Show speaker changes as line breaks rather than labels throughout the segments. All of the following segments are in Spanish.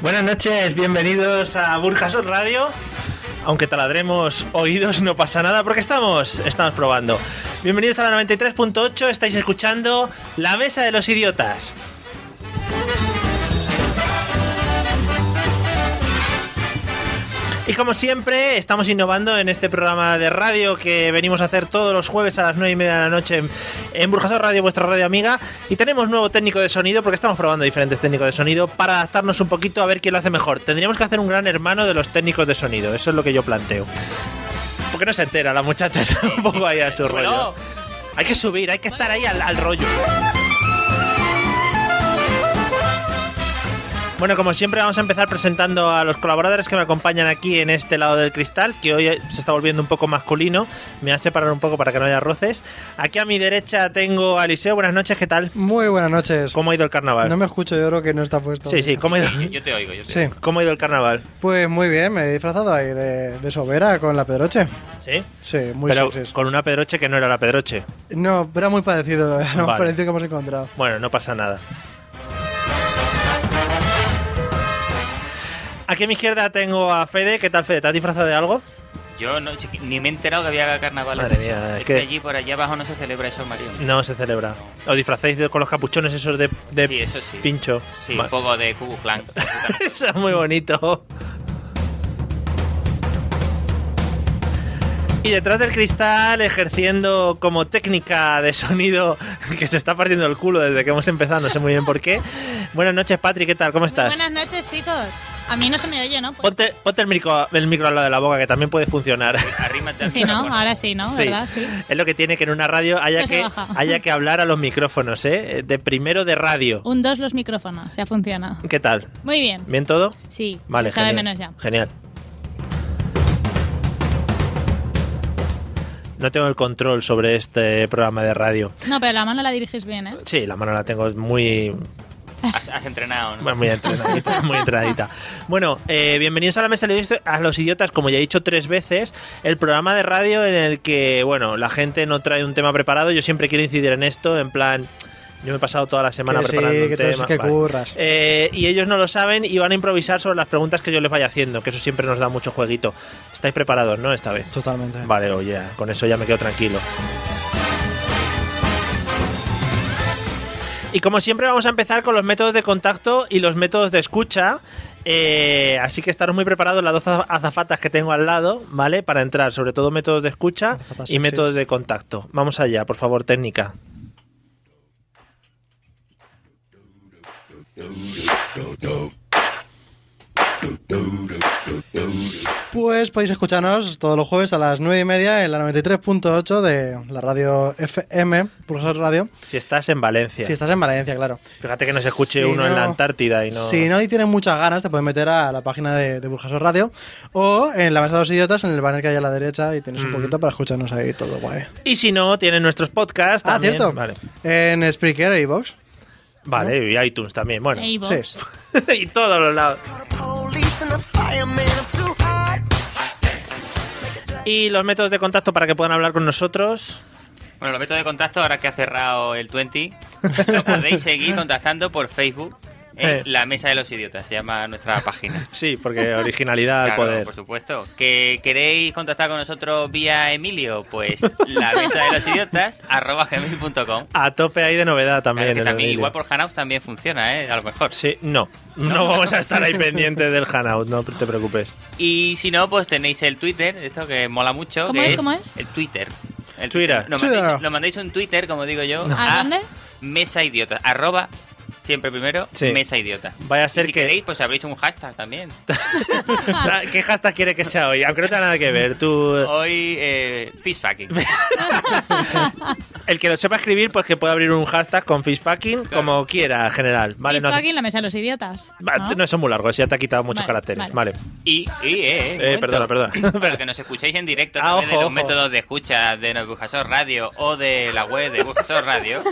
Buenas noches, bienvenidos a Burjasot Radio. Aunque taladremos oídos, no pasa nada porque estamos, estamos probando. Bienvenidos a la 93.8, estáis escuchando La Mesa de los Idiotas. Y como siempre, estamos innovando en este programa de radio que venimos a hacer todos los jueves a las 9 y media de la noche en, en Burjasot Radio, vuestra radio amiga. Y tenemos nuevo técnico de sonido, porque estamos probando diferentes técnicos de sonido para adaptarnos un poquito a ver quién lo hace mejor. Tendríamos que hacer un gran hermano de los técnicos de sonido, eso es lo que yo planteo. Porque no se entera, la muchacha está un poco ahí a su rollo. Hay que subir, hay que estar ahí al, al rollo. Bueno, como siempre vamos a empezar presentando a los colaboradores que me acompañan aquí en este lado del cristal, que hoy se está volviendo un poco masculino. Me voy a separar un poco para que no haya roces. Aquí a mi derecha tengo a Eliseo. Buenas noches, ¿qué tal?
Muy buenas noches.
¿Cómo ha ido el carnaval?
No me escucho, yo creo que no está puesto.
Sí, sí, ¿cómo ha ido,
Yo te oigo, yo te
Sí.
oigo.
cómo ha ido el carnaval?
Pues muy bien, me he disfrazado ahí de, de sobera con la pedroche.
Sí.
Sí, muy
Pero
sexys.
con una pedroche que no era la pedroche.
No, pero era muy parecido, lo más
Vale.
parecido que hemos encontrado.
Bueno, no pasa nada. Aquí a mi izquierda tengo a Fede. ¿Qué tal, Fede? ¿Te has disfrazado de algo?
Yo no, chiqui- ni me he enterado que había carnaval.
Madre
en eso.
mía, es
es
que-
que allí por allá abajo no se celebra eso, Mario.
No se celebra. ¿Os disfrazáis de- con los capuchones esos de, de
Sí, eso sí.
pincho?
Sí,
Ma-
un poco de Cucu Clan.
Eso es muy bonito. Y detrás del cristal, ejerciendo como técnica de sonido que se está partiendo el culo desde que hemos empezado, no sé muy bien por qué. Buenas noches, Patrick, ¿qué tal? ¿Cómo
Muy
estás?
buenas noches, chicos. A mí no se me oye, ¿no? Pues-
Ponte, ponte el, micro, el micro al lado de la boca, que también puede funcionar.
Arrímate al
Pues, Sí, ¿no?
micrófono.
Ahora sí, ¿no?
Sí.
¿Verdad? Sí.
Es lo que tiene que en una radio haya
Que se
que,
baja.
haya que hablar a los micrófonos, ¿eh? De primero de radio.
Un dos los micrófonos, ya funciona.
¿Qué tal?
Muy bien.
¿Bien todo?
Sí,
Vale,
cada vez
genial.
menos ya.
Genial. No tengo el control sobre este programa de radio.
No, pero la mano la dirigís bien, ¿eh?
Sí, la mano la tengo muy,
Has, has entrenado, ¿no?
bueno, muy entrenadita. muy entrenadita. Bueno, eh, bienvenidos a la mesa de los Idiotas- a los idiotas, como ya he dicho tres veces, el programa de radio en el que, bueno, la gente no trae un tema preparado. Yo siempre quiero incidir en esto, en plan, yo me he pasado toda la semana
Que sí,
preparando un
que
tema.
tienes que
vale.
curras.
Eh, y ellos no lo saben y van a improvisar sobre las preguntas que yo les vaya haciendo, que eso siempre nos da mucho jueguito. ¿Estáis preparados, no? Esta vez.
Totalmente.
Vale, oye, con eso ya me quedo tranquilo. Y como siempre vamos a empezar con los métodos de contacto y los métodos de escucha. Eh, así que estaros muy preparados las dos aza- azafatas que tengo al lado, ¿vale? Para entrar, sobre todo métodos de escucha
Azafatas
y métodos
sexys.
de contacto. Vamos allá, por favor, técnica.
Pues podéis escucharnos todos los jueves a las 9 y media en la 93.8 de la radio FM, Pulsar Radio.
Si estás en Valencia.
Si estás en Valencia, claro.
Fíjate que nos escuche
Si
uno en la
no-
Antártida y no...
Si no y tienes muchas ganas, te puedes meter a la página de, de Burjasot Radio o en la mesa de los idiotas, en el banner que hay a la derecha y
Mm.
tienes un poquito para escucharnos ahí todo guay.
Y si no, tienen nuestros podcasts
Ah,
también.
cierto.
Vale,
En Spreaker e iVoox.
vale y iTunes también, bueno.
Ahí vos.
Sí.
y todos los lados. Y los métodos de contacto para que puedan hablar con nosotros.
Bueno, los métodos de contacto, ahora que ha cerrado el 20, lo podéis seguir contactando por Facebook en
Eh.
La Mesa de los Idiotas, se llama nuestra página.
Sí, porque originalidad al
Claro,
poder.
por supuesto. ¿Que queréis contactar con nosotros vía Emilio? Pues la mesa de los idiotas arroba gmail.com.
A tope ahí de novedad también.
Claro que
el
también,
Emilio.
igual por Hanout también funciona, ¿eh? A lo mejor.
Sí, no, no.
No.
vamos a estar ahí pendientes del Hanout, no te preocupes.
Y si no, pues tenéis el Twitter, esto que mola mucho.
¿Cómo
que
es, cómo es?
El Twitter. El
Twitter.
Nos
Twitter.
mandéis, nos mandéis un Twitter, como digo yo.
¿A dónde?
Mesa Idiota. Arroba siempre primero,
Sí.
mesa idiota.
Vaya a
Y
ser
si
que-
queréis, pues habréis un hashtag también.
Ah, ¿Qué hashtag quiere que sea hoy? Aunque no tenga nada que ver. Tú,
Hoy, eh, fistfucking.
el que lo sepa escribir, pues que pueda abrir un hashtag con fishfucking como quiera, general. Vale,
Visto
no,
aquí en la mesa de los idiotas.
Va,
¿no?
no, eso es muy largo, eso ya te ha quitado muchos
Vale,
caracteres. Vale.
vale.
Y, y eh,
Eh,
eh, un
perdona,
momento.
perdona.
Para que nos escuchéis en directo
Ah,
a través
ojo,
de los
ojo.
métodos de escucha de Nebuchadnezzar Radio o de la web de Nebuchadnezzar Radio,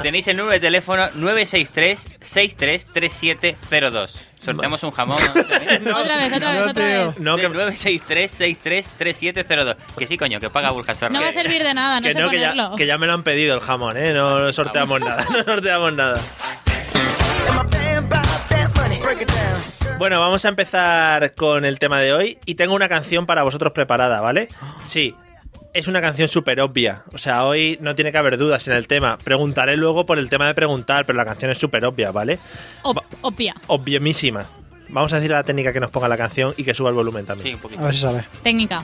tenéis el número de teléfono 963-633702. Sorteamos un jamón. ¿no?
Otra vez, otra vez,
No,
otra
tío.
vez.
No, que,
963-633702. Que sí, coño, que paga Burjasor
No va a servir de nada, no
que
sé
no, que ya,
ponerlo.
que ya me lo han pedido el jamón, ¿eh? No
Ah, sí,
sorteamos nada, no sorteamos nada. Bueno, vamos a empezar con el tema de hoy y tengo una canción para vosotros preparada, ¿vale? Sí, es una canción súper obvia. O sea, hoy no tiene que haber dudas en el tema. Preguntaré luego por el tema de preguntar, pero la canción es súper obvia, ¿vale?
Op- opia,
Obviemísima. Vamos a decir a la técnica que nos ponga la canción y que suba el volumen también.
Sí, un poquito.
A ver si sabe.
técnica.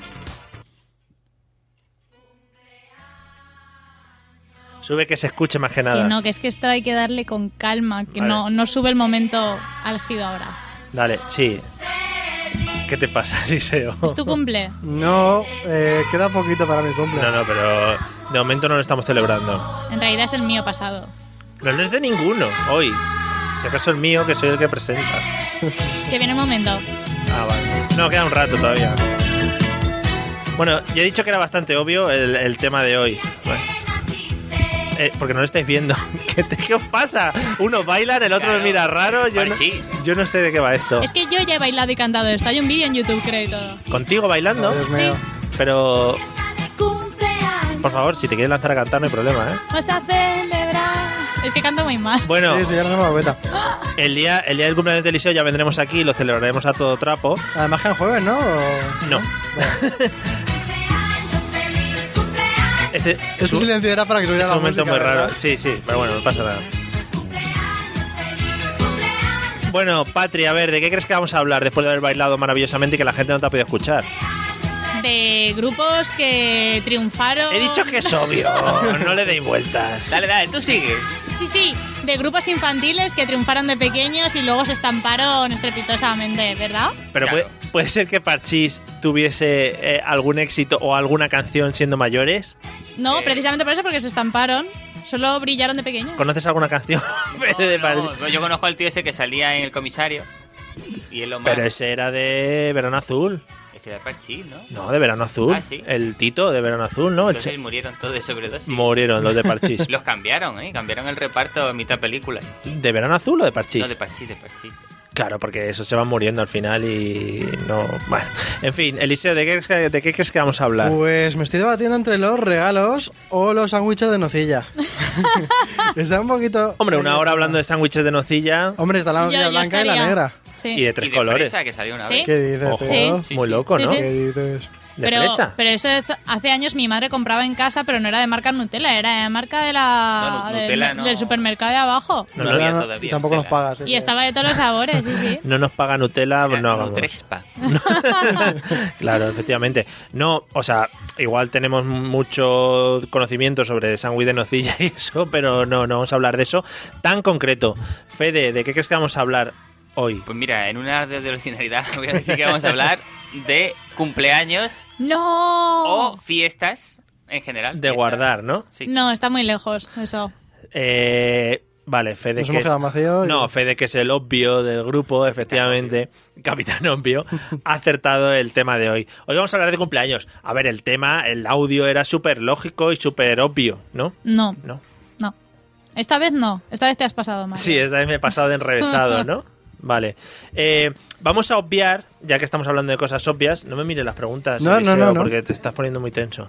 Sube que se escuche más que nada.
Que no, que es que esto hay que darle con calma, que
Vale.
no, no sube el momento álgido ahora.
Dale, sí. ¿Qué te pasa, Eliseo?
Es tu cumple.
No, eh, queda poquito para mi cumple.
No, no, pero de momento no lo estamos celebrando.
En realidad es el mío pasado.
No, no es de ninguno hoy. Si acaso el mío, que soy el que presenta.
Que viene el momento.
Ah, vale. No, queda un rato todavía. Bueno, ya he dicho que era bastante obvio el, el tema de hoy. Bueno. Eh, porque no lo estáis viendo. ¿Qué, te- qué os pasa? Uno baila, el otro
Claro.
me mira raro. Yo no,
Parchís.
yo no sé de qué va esto.
Es que yo ya he bailado y cantado esto. Hay un vídeo en YouTube, creo, y todo.
Contigo bailando,
Dios mío.
pero por favor, si te quieres lanzar a cantar, no hay problema, ¿eh?
Vamos a celebrar. Es que canto muy mal.
Bueno,
Sí, sí, ya nos hemos vuelto.
El día, el día del cumpleaños de Eliseo ya vendremos aquí y lo celebraremos a todo trapo.
Además que en jueves, ¿no? O-
No. Este, es
Este
un,
silencio era para que
es
tuviera
un
la
momento
música,
muy
¿verdad?
raro. Sí, sí, pero bueno, no pasa nada. Bueno, Patri, a ver, ¿de qué crees que vamos a hablar después de haber bailado maravillosamente y que la gente no te ha podido escuchar?
De grupos que triunfaron.
He dicho que es obvio, no le deis vueltas.
Dale, dale, tú sigue.
Sí, sí. De grupos infantiles que triunfaron de pequeños y luego se estamparon estrepitosamente, ¿verdad?
Pero puede,
Claro.
puede ser que Parchís tuviese eh, algún éxito o alguna canción siendo mayores.
No,
Eh.
precisamente por eso, porque se estamparon. Solo brillaron de pequeños.
¿Conoces alguna canción de
No,
Parchís?
no, yo conozco al tío ese que salía en el comisario. Y él lo más.
Pero ese era de Verano Azul.
Ese era Parchís, ¿no?
No, de Verano Azul.
Ah, sí.
El Tito de Verano Azul, ¿no? El
Entonces
che-
murieron todos de sobredosis.
Murieron los de Parchís.
Los cambiaron, ¿eh? Cambiaron el reparto en mitad película.
¿De Verano Azul o de Parchís?
No, de parchís, de parchís.
Claro, porque esos se van muriendo al final y no... Bueno, en fin, Eliseo, ¿de qué, crees que- de qué crees que vamos a hablar?
Pues me estoy debatiendo entre los regalos o los sándwiches de nocilla. está un poquito...
Hombre, una hora hablando de sándwiches de nocilla
Hombre, está la
Yo-
nocilla
yo
blanca y la
estaría-
negra.
Sí.
y de tres
y de
colores.
fresa, que salió una
Sí.
vez.
¿Qué dices,
Ojo,
tío?
Sí,
muy
sí.
loco,
Sí,
¿no?
sí.
¿Qué dices?
De
pero,
fresa.
pero eso es- hace años mi madre compraba en casa, pero no era de marca Nutella, era de marca de
No,
la,
Nu-
del,
Nutella no.
del supermercado de abajo.
No,
No
no,
había
Ya no-
todavía.
y tampoco los
Nutella.
pagas. ¿eh?
Y estaba de todos los sabores, sí, sí.
No nos paga Nutella,
Era
pues no hagamos.
Nutrexpa.
Claro, efectivamente. No, o sea, igual tenemos mucho conocimiento sobre sándwich de nocilla y eso, pero no, no vamos a hablar de eso tan concreto. Fede, ¿de qué crees que vamos a hablar hoy?
Pues mira, en una de originalidad voy a decir que vamos a hablar de cumpleaños
¡No!
o
Oh,
fiestas en general.
De
Fiestas.
guardar, ¿no?
Sí.
No, está muy lejos eso.
Eh, vale, Fede.
Nos
que
hemos
es-
quedado vacíos. y-
No, Fede, que es el obvio del grupo, efectivamente, capitán obvio, ha acertado el tema de hoy. Hoy vamos a hablar de cumpleaños. A ver, el tema, el audio era súper lógico y súper obvio, ¿no?
No,
¿No?
no. Esta vez no, esta vez te has pasado mal.
Sí, esta vez me he pasado de enrevesado, ¿no? Vale. Eh, vamos a obviar, ya que estamos hablando de cosas obvias, no me mires las preguntas,
No, no,
Eliseo,
no, no.
porque te estás poniendo muy tenso.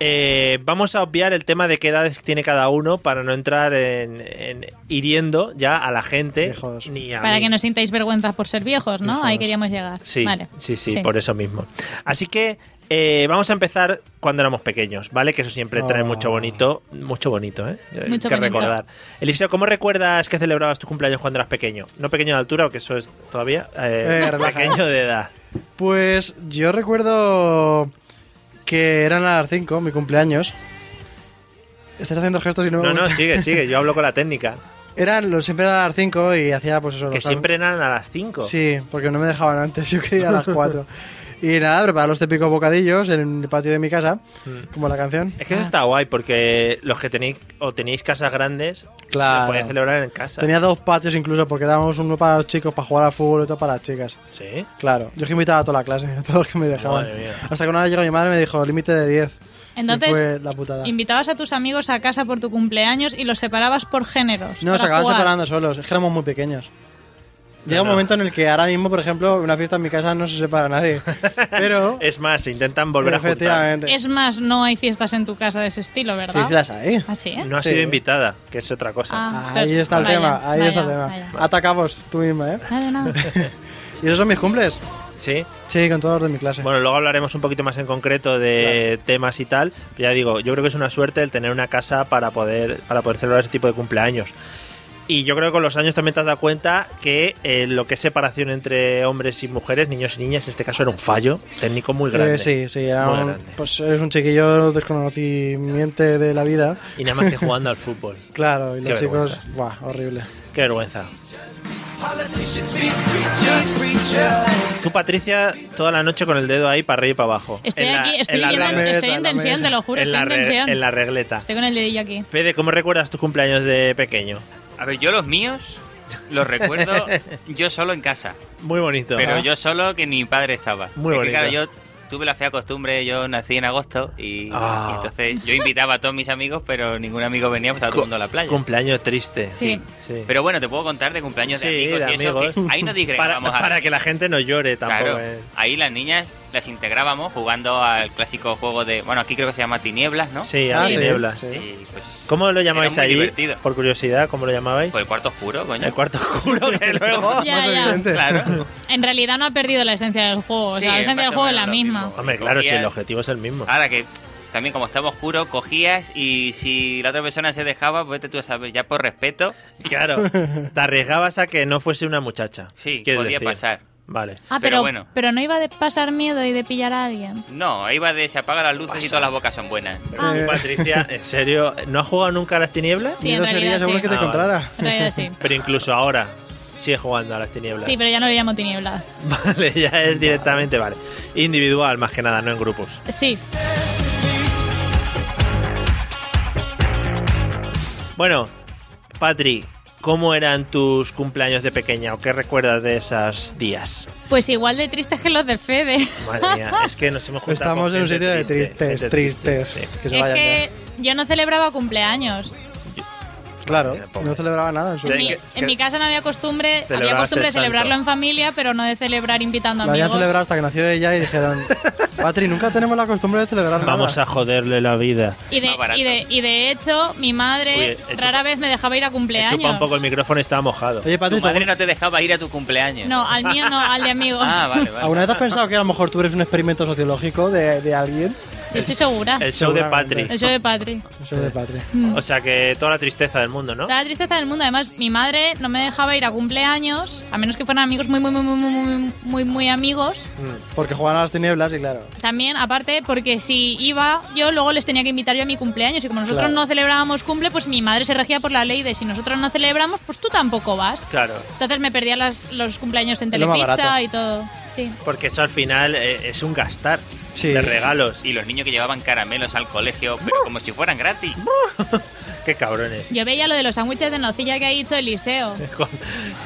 Eh, vamos a obviar el tema de qué edades tiene cada uno para no entrar en, en hiriendo ya a la gente
Viejos.
ni a
Para
mí.
que no sintáis vergüenza por ser viejos, ¿no?
Viejos.
Ahí queríamos llegar.
Sí,
Vale.
sí, sí, por eso mismo. Así que eh, vamos a empezar cuando éramos pequeños, ¿vale? Que eso siempre trae
Ah.
mucho bonito, mucho bonito, ¿eh? Eh,
Mucho
que
bonito.
recordar. Eliseo, ¿cómo recuerdas que celebrabas tu cumpleaños cuando eras pequeño? No pequeño de altura, porque eso es todavía eh,
Eh, relaja.
pequeño de edad.
Pues yo recuerdo que eran a las 5, mi cumpleaños. Estás haciendo gestos y no me
No, no,
gusta.
sigue, sigue, yo hablo con la técnica.
Eran los, siempre eran a las 5 y hacía pues eso.
Que
los-
siempre eran a las 5.
Sí, porque no me dejaban antes, yo quería a las 4. y nada, preparar los típicos bocadillos en el patio de mi casa, como la canción.
Mm. Es que eso está guay porque los que tenéis o tenéis casas grandes,
Claro.
se puede celebrar en casa.
Tenía dos patios incluso, porque éramos uno para los chicos para jugar al fútbol y otro para las chicas.
Sí.
Claro, yo que invitaba a toda la clase, a todos los que me dejaban.
Madre mía.
Hasta que una vez llegó mi madre y me dijo, límite de 10. Y
Entonces,
fue la putada.
Invitabas a tus amigos a casa por tu cumpleaños y los separabas por géneros.
No,
para
se acaban
jugar.
separando solos, es que éramos muy pequeños. Llega un
no.
momento en el que ahora mismo, por ejemplo, una fiesta en mi casa no se separa nadie. Pero,
Es más, se intentan volver a juntar.
efectivamente.
Es más, no hay fiestas en tu casa de ese estilo, ¿verdad?
Sí, sí las hay.
Así, ¿eh?
No ha
Sí.
sido invitada, que es otra cosa.
Ah,
Ahí
pero-
está el
vaya,
tema, ahí
vaya,
está el tema.
vaya.
Atacamos tú misma, ¿eh?
Nada, nada.
¿Y esos son mis cumples?
Sí.
Sí, con todos los de mi clase.
Bueno, luego hablaremos un poquito más en concreto de temas y tal. Ya digo, yo creo que es una suerte el tener una casa para poder, para poder celebrar ese tipo de cumpleaños. Y yo creo que con los años también te has dado cuenta que eh, lo que es separación entre hombres y mujeres, niños y niñas, en este caso era un fallo técnico muy grande.
Eh, sí, sí, era
Muy
un-
grande.
pues eres un chiquillo desconocimiento de la vida.
Y nada más que jugando al fútbol.
Claro, y
Qué
los chicos,
vergüenza.
buah, horrible.
Qué vergüenza. Tú, Patricia, toda la noche con el dedo ahí para arriba y para abajo.
Estoy
En la-
aquí, estoy,
en la
aquí en,
regle-
mesa,
estoy en
la
tensión,
mesa.
te lo juro,
en
estoy
la
en
re-
tensión.
en la regleta.
Estoy con el dedillo aquí.
Fede, ¿cómo recuerdas tus cumpleaños de pequeño?
A ver, yo los míos los recuerdo yo solo en casa.
Muy bonito.
Pero
Ah.
yo solo que mi padre estaba.
Muy
es que, claro,
bonito.
yo tuve la fea costumbre, yo nací en agosto y,
Ah.
y entonces yo invitaba a todos mis amigos, pero ningún amigo venía, pues estaba todo el mundo a la playa.
Cumpleaños triste.
Sí.
sí.
Pero bueno, te puedo contar de cumpleaños de
Sí,
amigos
de
y eso,
amigos.
que ahí no
para,
digresamos. a-
para que la gente no llore tampoco.
Claro,
eh.
ahí las niñas las integrábamos jugando al clásico juego de, bueno, aquí creo que se llama Tinieblas, ¿no?
Sí, a
Ah,
las
sí,
tinieblas.
sí.
Y, pues,
¿Cómo lo llamáis
Era muy
ahí?
divertido.
Por curiosidad, ¿cómo lo llamabais?
pues el cuarto oscuro, coño.
el cuarto oscuro que luego.
Ya,
Más
ya.
evidente.
Claro.
En realidad no ha perdido la esencia del juego. O sea,
Sí,
la esencia
más o
del juego es la
menos lo
misma.
mismo.
Hombre, claro, si
Cogías-
el objetivo es el mismo.
Ahora que también como estaba oscuro, cogías y si la otra persona se dejaba, pues vete tú a saber, ya por respeto,
Claro, te arriesgabas a que no fuese una muchacha.
sí,
¿Quieres
podía
decir?
pasar.
Vale.
Ah,
Pero
pero,
bueno.
pero no iba de pasar miedo y de pillar a alguien.
No, ahí va de se apagan las luces y todas las bocas son buenas.
Ah.
Tú, Eh, Patricia, en serio, ¿no has jugado nunca a las tinieblas?
Sí,
Miedo
en
sería
realidad
seguro
sí.
que te
Ah, vale.
encontrara.
En realidad sí.
Pero incluso ahora sigue jugando a las tinieblas.
Sí, pero ya no le llamo tinieblas.
Vale, ya es directamente, vale. Individual, más que nada, no en grupos.
Sí,
Bueno, Patri, ¿cómo eran tus cumpleaños de pequeña o qué recuerdas de esos días?
pues igual de tristes que los de Fede.
Madre mía, es que nos hemos juntado
Estamos
con
en un
gente
sitio de
triste,
tristes,
gente
tristes.
triste, sí.
Que se
es
vayan
que yo no celebraba cumpleaños.
ya. Claro,
Pobre.
no celebraba nada en su
En
Sí,
mi,
que-
en mi casa no había costumbre, había
Celebrabas
costumbre de
el santo.
celebrarlo en familia, pero no de celebrar invitando a
La habían
amigos.
celebrado hasta que nació ella y dijeron, Patri, nunca tenemos la costumbre de celebrar nada.
Vamos a joderle la vida.
Y de,
Más barato.
y, de, y de hecho, mi
Oye,
madre
he chupado-
rara vez me dejaba ir a
Me Chupa un
cumpleaños.
poco el micrófono y está mojado.
Oye, Patri,
Tu
¿tú-
madre no te dejaba ir a tu cumpleaños.
No, al mío no, al de amigos.
Ah, vale, vale.
¿alguna vez has pensado que a lo mejor tú eres un experimento sociológico de, de alguien?
Yo estoy segura.
El show de Patri.
Eso de Patri.
Eso de Patri.
O sea que toda la tristeza del mundo, ¿no?
Estaba la tristeza del mundo. Además, mi madre no me dejaba ir a cumpleaños, a menos que fueran amigos muy, muy, muy, muy, muy, muy, muy, muy amigos.
Porque juegan a las tinieblas y claro.
También, aparte, porque si iba, yo luego les tenía que invitar yo a mi cumpleaños. Y como nosotros
Claro.
no celebrábamos cumple, pues mi madre se regía por la ley de si nosotros no celebramos, pues tú tampoco vas.
Claro,
Entonces me perdía las- los cumpleaños en
Es lo más barato.
Telepizza y todo. Sí.
porque eso al final eh, es un gastar
Sí.
de regalos. Y
Y los niños que llevaban caramelos al colegio, pero como si fueran gratis.
qué cabrones.
Yo veía lo de los sándwiches de nocilla que ha dicho Eliseo.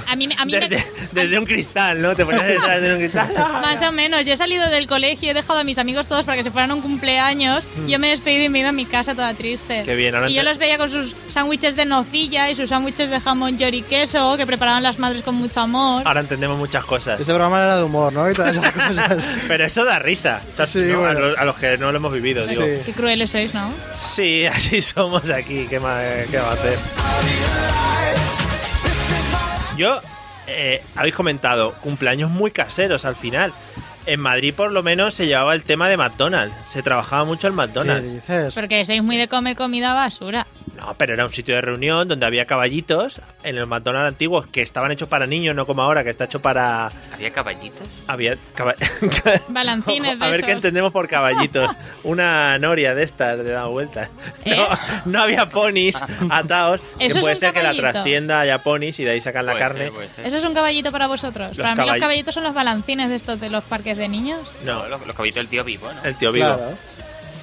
A mí, me- a mí me-
Desde, desde un cristal, ¿no? Te ponías detrás de un cristal.
Más o menos, yo he salido del colegio, he dejado a mis amigos todos para que se fueran a un cumpleaños. Yo me he despedido y me he ido a mi casa toda triste.
Mm. Qué bien, ahora
Y yo
ente-
los veía con sus sándwiches de nocilla y sus sándwiches de jamón, york y queso que preparaban las madres con mucho amor.
Ahora entendemos muchas cosas.
Ese programa era de humor, ¿no? Y todas esas cosas.
Pero eso da risa. O sea,
Sí,
¿no?
bueno.
a, los, a los que no lo hemos vivido, digo.
Sí.
Qué crueles sois, ¿no?
Sí, así somos aquí. ¿Qué, más, qué va a hacer? Yo, eh, habéis comentado, cumpleaños muy caseros al final. En Madrid, por lo menos, se llevaba el tema de McDonald's. Se trabajaba mucho el
¿Qué
McDonald's.
dices?
Porque sois muy de comer comida basura.
No, pero era un sitio de reunión donde había caballitos en los McDonald's antiguos que estaban hechos para niños, no como ahora, que está hecho para.
¿Había caballitos?
Había. caba-
Balancines de
A ver
esos.
qué entendemos por caballitos. Una noria de estas de dado vueltas.
¿Eh?
No, no había ponis atados. Que
¿Eso es
puede
un
ser que la
caballito?
trastienda haya ponis y de ahí sacan la
Puede
carne.
ser, puede ser.
¿Eso es un caballito para vosotros?
Los
para mí
caball-
los caballitos son los balancines de estos de los parques de niños.
No,
No, los, los caballitos del tío vivo, ¿no?
el tío vivo.
Claro.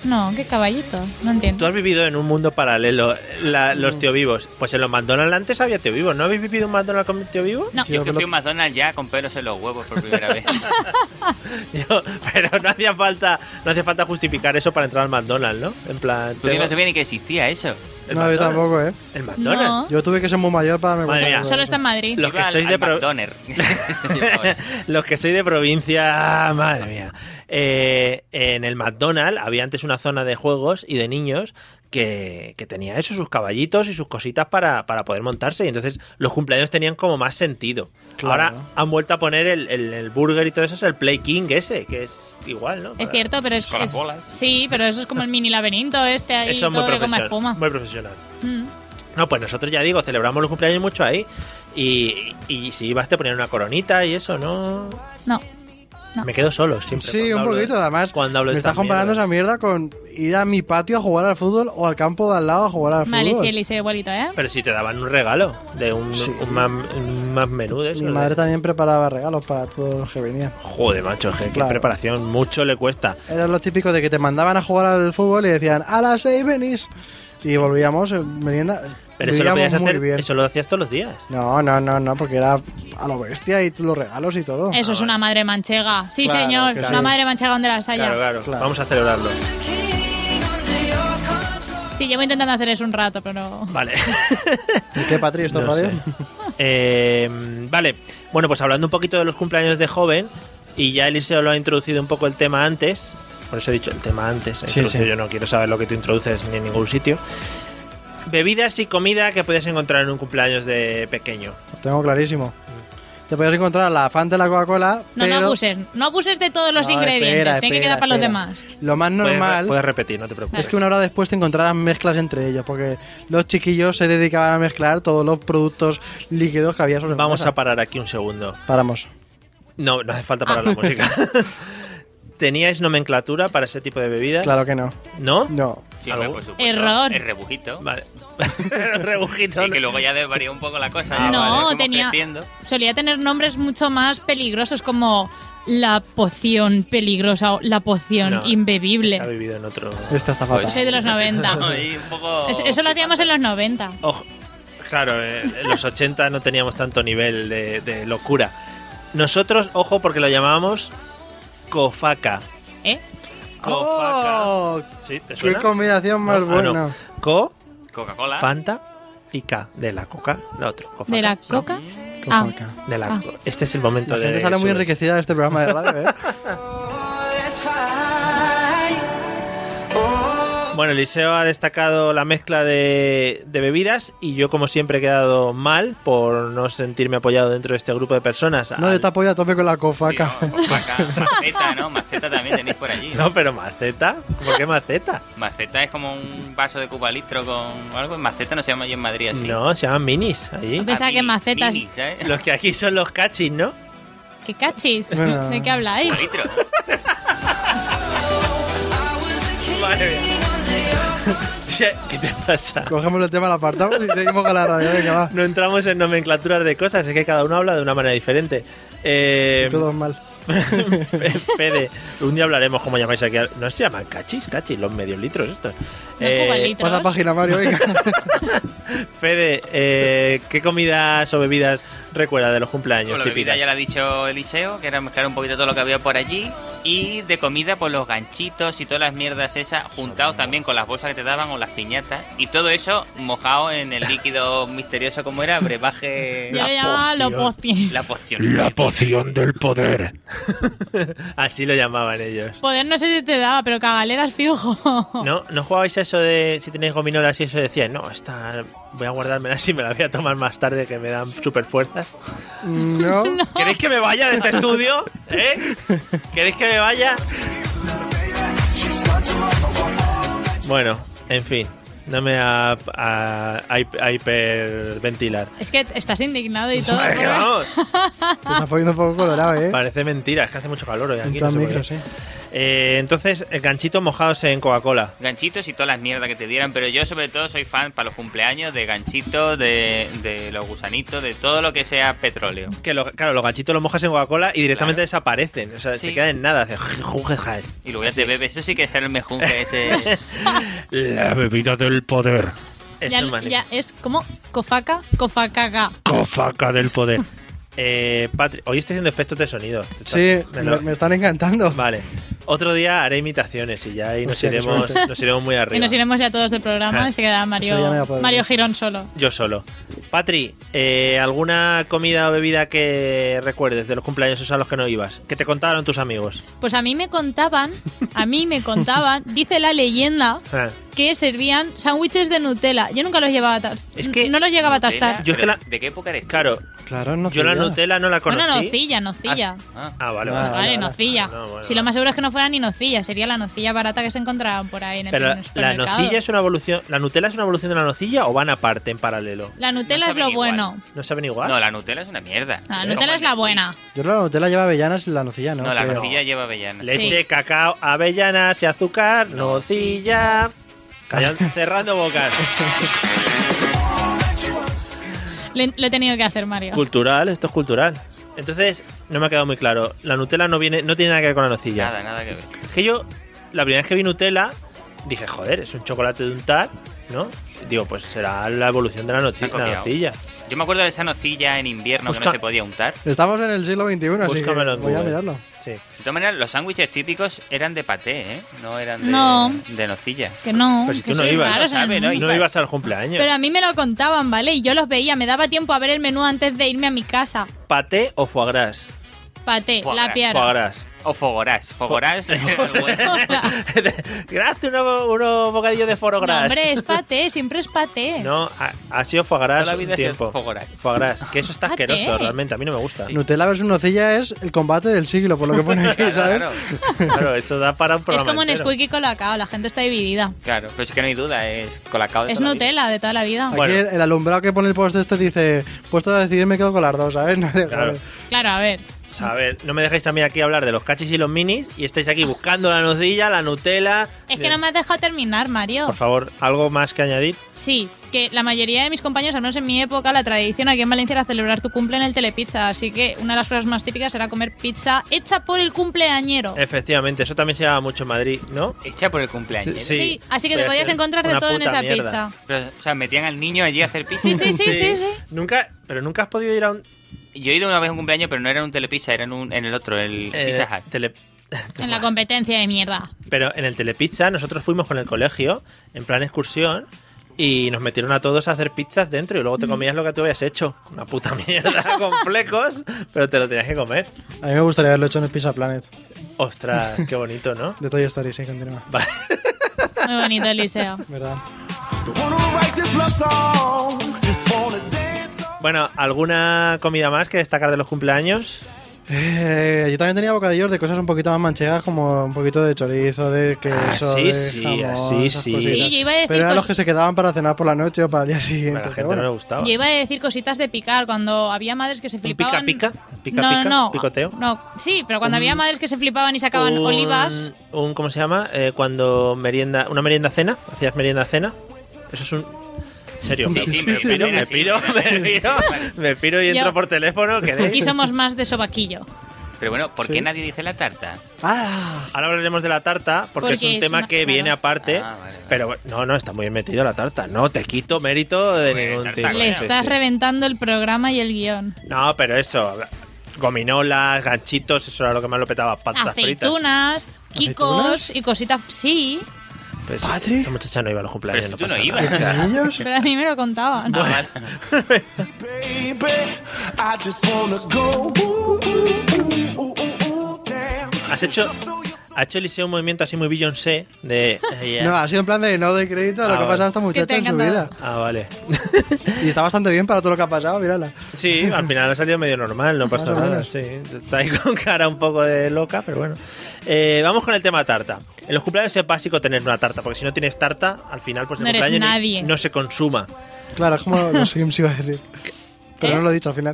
No, ¿qué caballito? No
Tú
entiendo.
has vivido en un mundo paralelo, la- los
Mm.
tío vivos. Pues en los McDonald's antes había tío vivos. ¿No habéis vivido un McDonald's con tío vivo?
No,
Yo que fui a un McDonald's ya con pelos en los huevos por primera vez.
Yo- pero no hacía falta, no hacía falta justificar eso para entrar al McDonald's, ¿no? En plan.
Porque
tengo-
no sabía ni que existía eso.
el
No,
McDonald's.
yo tampoco, ¿eh?
El McDonald's.
no.
Yo tuve que ser muy mayor para darme
Madre
cuenta
mía.
de todo
Solo
eso.
está en Madrid.
Los que
Iba al-
sois de
al
pro-
McDoner. Se llamaba.
Los que sois de provincia, madre mía. Eh, en el McDonald's había antes una zona de juegos y de niños que, que tenía eso, sus caballitos y sus cositas para, para poder montarse. Y entonces los cumpleaños tenían como más sentido.
Claro.
Ahora han vuelto a poner el, el- el burger y todo eso, es el Play King ese, que es igual, ¿no?
Es
Para-
cierto, pero es,
Con las
es-
bolas.
Sí, pero eso es como el mini laberinto este ahí
Eso es muy,
todo de goma
profesional,
espuma.
muy profesional.
Mm.
No, pues nosotros ya digo, celebramos los cumpleaños mucho ahí. Y, y si ibas te ponían una coronita y eso, ¿no?
No. No.
Me quedo solo siempre.
Sí,
cuando
un
hablo de-
poquito, además.
cuando hablo de
me estás
estas
comparando
mierdas.
esa mierda con ir a mi patio a jugar al fútbol o al campo de al lado a jugar al
Vale,
fútbol.
sí, Eliseo igualito, ¿eh?
Pero si te daban un regalo de un,
Sí.
un más, un más menú de eso.
Mi
de-
madre también preparaba regalos para todos los que venían.
Joder, macho, je, qué
Claro.
preparación, mucho le cuesta.
Era lo típico de que te mandaban a jugar al fútbol y decían, a las seis venís. Y volvíamos, eh, merienda.
Pero eso lo
vivíamos
podías
muy
hacer,
bien.
eso lo hacías todos los días.
No, no, no, no, porque era a lo bestia y los regalos y todo.
Eso es una madre manchega. Sí,
Claro,
señor.
claro.
Una madre manchega donde las haya.
Claro, claro,
Claro.
Vamos a celebrarlo.
Sí, llevo intentando hacer eso un rato, pero.
Vale.
¿Y qué, Patri, esto es
No
radio?
sé. Eh, vale, bueno, pues hablando un poquito de los cumpleaños de joven, y ya Eliseo lo ha introducido un poco el tema antes, por eso he dicho el tema antes, he
Sí,
introducido,
sí.
yo no quiero saber lo que tú introduces ni en ningún sitio. Bebidas y comida que podías encontrar en un cumpleaños de pequeño.
Lo tengo clarísimo. Te podías encontrar la fan de la Coca-Cola,
No,
pero...
no abuses. No abuses de todos los
No,
ingredientes.
espera,
Tiene que
espera,
quedar para los
espera.
demás.
Lo más
Puedes re-
normal...
Puedes, repetir, no te preocupes.
Es que una hora después te encontrarás mezclas entre ellos, porque los chiquillos se dedicaban a mezclar todos los productos líquidos que había sobre la
Vamos
mesa.
a parar aquí un segundo.
Paramos.
No, no hace falta parar la música. ¿Teníais nomenclatura para ese tipo de bebidas?
Claro que no.
¿No?
No.
Sí, hombre, por supuesto.
Error.
El rebujito.
Vale. Rebujito.
Y que luego ya varió un poco la cosa.
Ah,
¿eh?
no,
Fuimos
tenía-
creciendo.
Solía tener nombres mucho más peligrosos como la poción peligrosa o la poción
No, Está
imbebible.
vivido en otro.
Esta está fatal.
Pues
Soy de los 90.
Y un poco...
Es- eso lo hacíamos en los 90.
Ojo, claro, eh, en los 80 no teníamos tanto nivel de, de locura. Nosotros, ojo, porque lo llamábamos cofaca.
¿Eh?
¡Oh!
¿Sí? ¿Te
¡Qué
suena?
combinación más
No, ah,
buena!
no. Co,
Coca-Cola.
Fanta y K. De la coca, la otra. cofaca,
¿De la
¿no?
coca? Ah.
Coca-Cola.
De la-
Ah.
Este es el momento
La
de.
gente sale muy
su-
enriquecida de este programa de radio, ¿eh?
Bueno, Eliseo ha destacado la mezcla de, de bebidas y yo, como siempre, he quedado mal por no sentirme apoyado dentro de este grupo de personas.
No,
Al-
yo te apoyo a tope con la
Sí,
cofaca.
no, Coca-Cola. Maceta, ¿no? Maceta también tenéis por allí. ¿no?
No, pero maceta. ¿Por qué maceta?
Maceta es como un vaso de cuba litro con algo. Maceta no se llama allí en Madrid así.
No, se llaman minis allí.
Pensaba
Ah,
que
minis,
macetas-
minis, ¿sabes?
Los que aquí son los cachis, ¿no?
¿Qué cachis?
Bueno.
¿De qué habláis?
Cuba litro.
Madre mía. O sea, ¿Qué te pasa?
Cogemos el tema al apartado y seguimos con la radio. Venga, va.
No entramos en nomenclaturas de cosas, es que cada uno habla de una manera diferente. Eh,
Y Todo mal.
Fe- Fede, un día hablaremos cómo llamáis aquí. al- No se llaman cachis, cachis, los medios litros estos. Eh,
No, cubalitros.
Pasa página, Mario, venga.
Fede, eh, ¿qué comidas o bebidas recuerda de los cumpleaños
Bueno, la bebida
típicas?
ya la ha dicho Eliseo, que era mezclar un poquito todo lo que había por allí. Y de comida, pues los ganchitos y todas las mierdas esas, juntados también con las bolsas que te daban o las piñatas. Y todo eso mojado en el líquido misterioso como era, brebaje...
Yo le llamaba los postín.
La poción. La
poción del poder.
Así lo llamaban ellos.
Poder no sé si te daba, pero cagaleras fijo.
¿No? ¿No jugabais a eso de si tenéis gominolas y eso decían, no, esta voy a guardármela si me la voy a tomar más tarde que me dan super fuerzas?
No.
¿Queréis que me vaya de este estudio? ¿Eh? ¿Queréis que me vaya? Bueno, en fin. no me a, a- a hi- a hiperventilar.
Es que estás indignado y todo.
Madre,
pobre.
vamos,
Te estás poniendo un poco colorado, ¿eh?
parece mentira, es que hace mucho calor hoy
En
aquí.
plan
no sé por
micro,
qué.
sí.
Eh, entonces, el ganchito mojados en Coca-Cola.
Ganchitos y todas las mierdas que te dieran, pero yo sobre todo soy fan para los cumpleaños de ganchitos, de, de los gusanitos, de todo lo que sea petróleo.
Que lo- claro, los ganchitos los mojas en Coca-Cola y directamente
Claro.
desaparecen. O sea, se
Sí.
quedan en nada. hace-
Y luego ya
¿Ah,
te bebes, eso sí que es el mejunje ese.
La bebida del poder. Es
Ya,
el maní.
ya es como cofaca, cofacaga.
Cofaca del poder. Eh, Patri- hoy estoy haciendo efectos de sonido. Te
Sí,
estás- me
me,
lo-
me están encantando.
Vale. Otro día haré imitaciones y ya ahí nos,
Hostia, qué
iremos,
suerte.
nos iremos muy arriba.
Y nos iremos ya todos del programa
Ah.
y se queda
Eso ya no voy a
Mario,
poder
Mario
ver.
Girón solo.
Yo solo. Patri, eh, ¿alguna comida o bebida que recuerdes de los cumpleaños esos a los que no ibas? Que te contaron tus amigos.
Pues a mí me contaban, a mí me contaban, dice la leyenda,
Ah,
que servían sándwiches de Nutella. Yo nunca los llevaba a tastar.
Es que-
no los llegaba a
Nutella,
tastar.
Yo es que la-
pero ¿De qué época eres? tú?
Claro,
Claro, no
yo la
sabía.
Nutella no la conocí.
Bueno, nocilla, nocilla.
Ah,
Ah, vale,
Ah,
Vale,
vale.
vale, vale.
nocilla.
Ah, no, bueno,
si lo
vale.
más seguro es que no fuera ni nocilla, sería la nocilla barata que se encontraban por ahí en el
Pero la, la
supermercado.
nocilla es una evolución. ¿La Nutella es una evolución de la nocilla o van aparte, en paralelo?
La Nutella
No
es lo
saben igual.
bueno.
¿No saben igual?
no, la Nutella es una mierda.
La
Eh,
Nutella
como
es la
el-
buena.
Yo creo que la Nutella lleva avellanas y la nocilla, ¿no?
No, la
Creo.
nocilla lleva avellana.
Leche, cacao, avellanas y azúcar, nocilla. Callan- cerrando bocas.
Lo he, lo he tenido que hacer, Mario.
Pues, cultural, esto es cultural. Entonces, no me ha quedado muy claro. La Nutella no viene, no tiene nada que ver con la nocilla.
Nada, nada que ver.
Es que yo, la primera vez que vi Nutella, dije, joder, es un chocolate de untar, ¿no? Digo, pues será la evolución de la, noti-
Se ha
la
copiado.
nocilla.
Yo me acuerdo de esa nocilla en invierno que
Busca-
no se podía untar.
Estamos en el siglo XXI, así que
Búscamelo en
voy a
Google.
mirarlo.
Sí.
De todas maneras, los sándwiches típicos eran de paté, ¿eh? No eran de,
No.
de nocilla.
Que no.
Pero si
que
tú no
soy
ibas,
rara,
lo
o sea,
sabe, ¿no?
no.
Y-
No ibas al cumpleaños.
Pero a mí me lo contaban, ¿vale? Y yo los veía. Me daba tiempo a ver el menú antes de irme a mi casa.
¿Paté o foie gras?
Paté,
Foie
la
gras,
piara.
Foie gras.
O fogorás. Fogorás era el bueno.
Hola.
Gracias, unos uno bocadillos de foie
No,
gras.
hombre, es paté, siempre es paté.
No, ha, ha sido foie gras
Toda la vida
un
ha sido
tiempo.
foie gras.
Foie gras, Que eso está
Paté.
asqueroso, realmente. A mí no me gusta.
Nutella versus nocilla es el combate del siglo, por lo que pone aquí,
Claro,
¿sabes?
claro,
Claro, eso da para un
es
programa
como en
entero.
Squeaky Colacao, la gente está dividida.
claro. Pero es que no hay duda, es colacao de
Es
toda la vida.
Nutella de toda la vida.
Aquí
Bueno.
el, el alumbrado que pone el post este dice, puesto a decidir me quedo con las dos, ¿sabes? No,
Claro.
Claro, a ver.
O sea, a ver, no me dejáis también aquí hablar de los cachis y los minis y estáis aquí buscando la nocilla, la Nutella.
Es que no me has dejado terminar, Mario.
Por favor, algo más que añadir.
Sí, que la mayoría de mis compañeros, al menos en mi época, la tradición aquí en Valencia era celebrar tu cumple en el Telepizza. Así que una de las cosas más típicas era comer pizza hecha por el cumpleañero.
Eh, Efectivamente, eso también se llama mucho en Madrid, ¿no?
Hecha por el cumpleaños. ¿eh?
Sí.
así que te
voy a
podías
ser
encontrar de
una
todo en
puta
esa
mierda.
pizza.
Pero, o sea, metían al niño allí a hacer pizza.
Sí, sí, sí, sí, sí.
Nunca, pero nunca has podido ir a un
Yo he ido una vez a un cumpleaños, pero no era en un telepizza, era en, un, en el otro, el
eh,
Pizza Hut.
tele-
En la competencia de mierda.
Pero en el Telepizza nosotros fuimos con el colegio en plan excursión y nos metieron a todos a hacer pizzas dentro y luego te comías lo que tú habías hecho. Una puta mierda con flecos, pero te lo tenías que comer.
A mí me gustaría haberlo hecho en el Pizza Planet.
Ostras, qué bonito, ¿no?
De Toy Story, sí, continúa.
Vale.
Muy bonito el liceo.
¿Verdad?
Bueno, ¿alguna comida más que destacar de los cumpleaños?
Eh, yo también tenía bocadillos de cosas un poquito más manchegas, como un poquito de chorizo, de queso,
Ah, sí,
de
sí,
jamón,
sí,
esas
sí.
cositas.
Sí, yo iba a decir
Pero eran
cos-
los que se quedaban para cenar por la noche o para el día
A
siguiente.
la gente
pero
no
bueno.
le gustaba.
Yo iba a decir cositas de picar, cuando había madres que se
pica,
flipaban.
pica? ¿Pica,
no,
pica?
no, no.
¿Picoteo?
No, sí, pero cuando había madres que se flipaban y sacaban
Un-
olivas.
Un, ¿Cómo se llama? Eh, cuando merienda... ¿Una merienda cena? ¿Hacías merienda cena? Eso es un... ¿En serio?
Sí,
me,
sí,
me
sí,
piro,
sí,
me
sí.
piro, me piro, me piro y
Yo-
entro por teléfono. ¿queréis?
Aquí somos más de sobaquillo.
Pero bueno, ¿por
Sí.
qué nadie dice la tarta?
¡Ah!
Ahora hablaremos de la tarta porque,
Porque
es un
es
tema
una-
que
claro.
viene aparte.
Ah, vale, vale.
Pero bueno, no, no, está muy bien metido la tarta. No te quito mérito de
Pues,
ningún
tarta
tipo.
Le
coño,
Sí,
estás
sí.
reventando el programa y el guión.
No, pero eso, gominolas, ganchitos, eso era lo que más lo petaba, patas fritas.
Aceitunas, kikos
¿Aceitunas?
y cositas. Sí,
Pues,
¿Patri?
Esta muchacha no iba a los cumpleaños,
Pero si
no
tú no
pasa
ibas.
nada.
¿Niños?
pero a mí me lo contaban.
Ah, vale.
¿Has hecho, ha hecho Eliseo un movimiento así muy Beyoncé de... eh,
No, ha sido en plan de no doy crédito a lo
Ah,
que ha
vale.
pasado a esta
te
muchacha
ha
en su vida.
encantado.
Ah, vale.
Y está bastante bien para todo lo que ha pasado, mírala.
Sí, al final ha salido medio normal, no pasa
Más o
nada.
menos.
Sí, está ahí con cara un poco de loca, pero bueno. Eh, vamos con el tema tarta. En los cumpleaños es básico tener una tarta, porque si no tienes tarta, al final pues el
No eres
cumpleaños ni-
nadie.
no se consuma.
Claro, es como los Sims iba a decir. Pero
¿Eh?
no lo he dicho al final.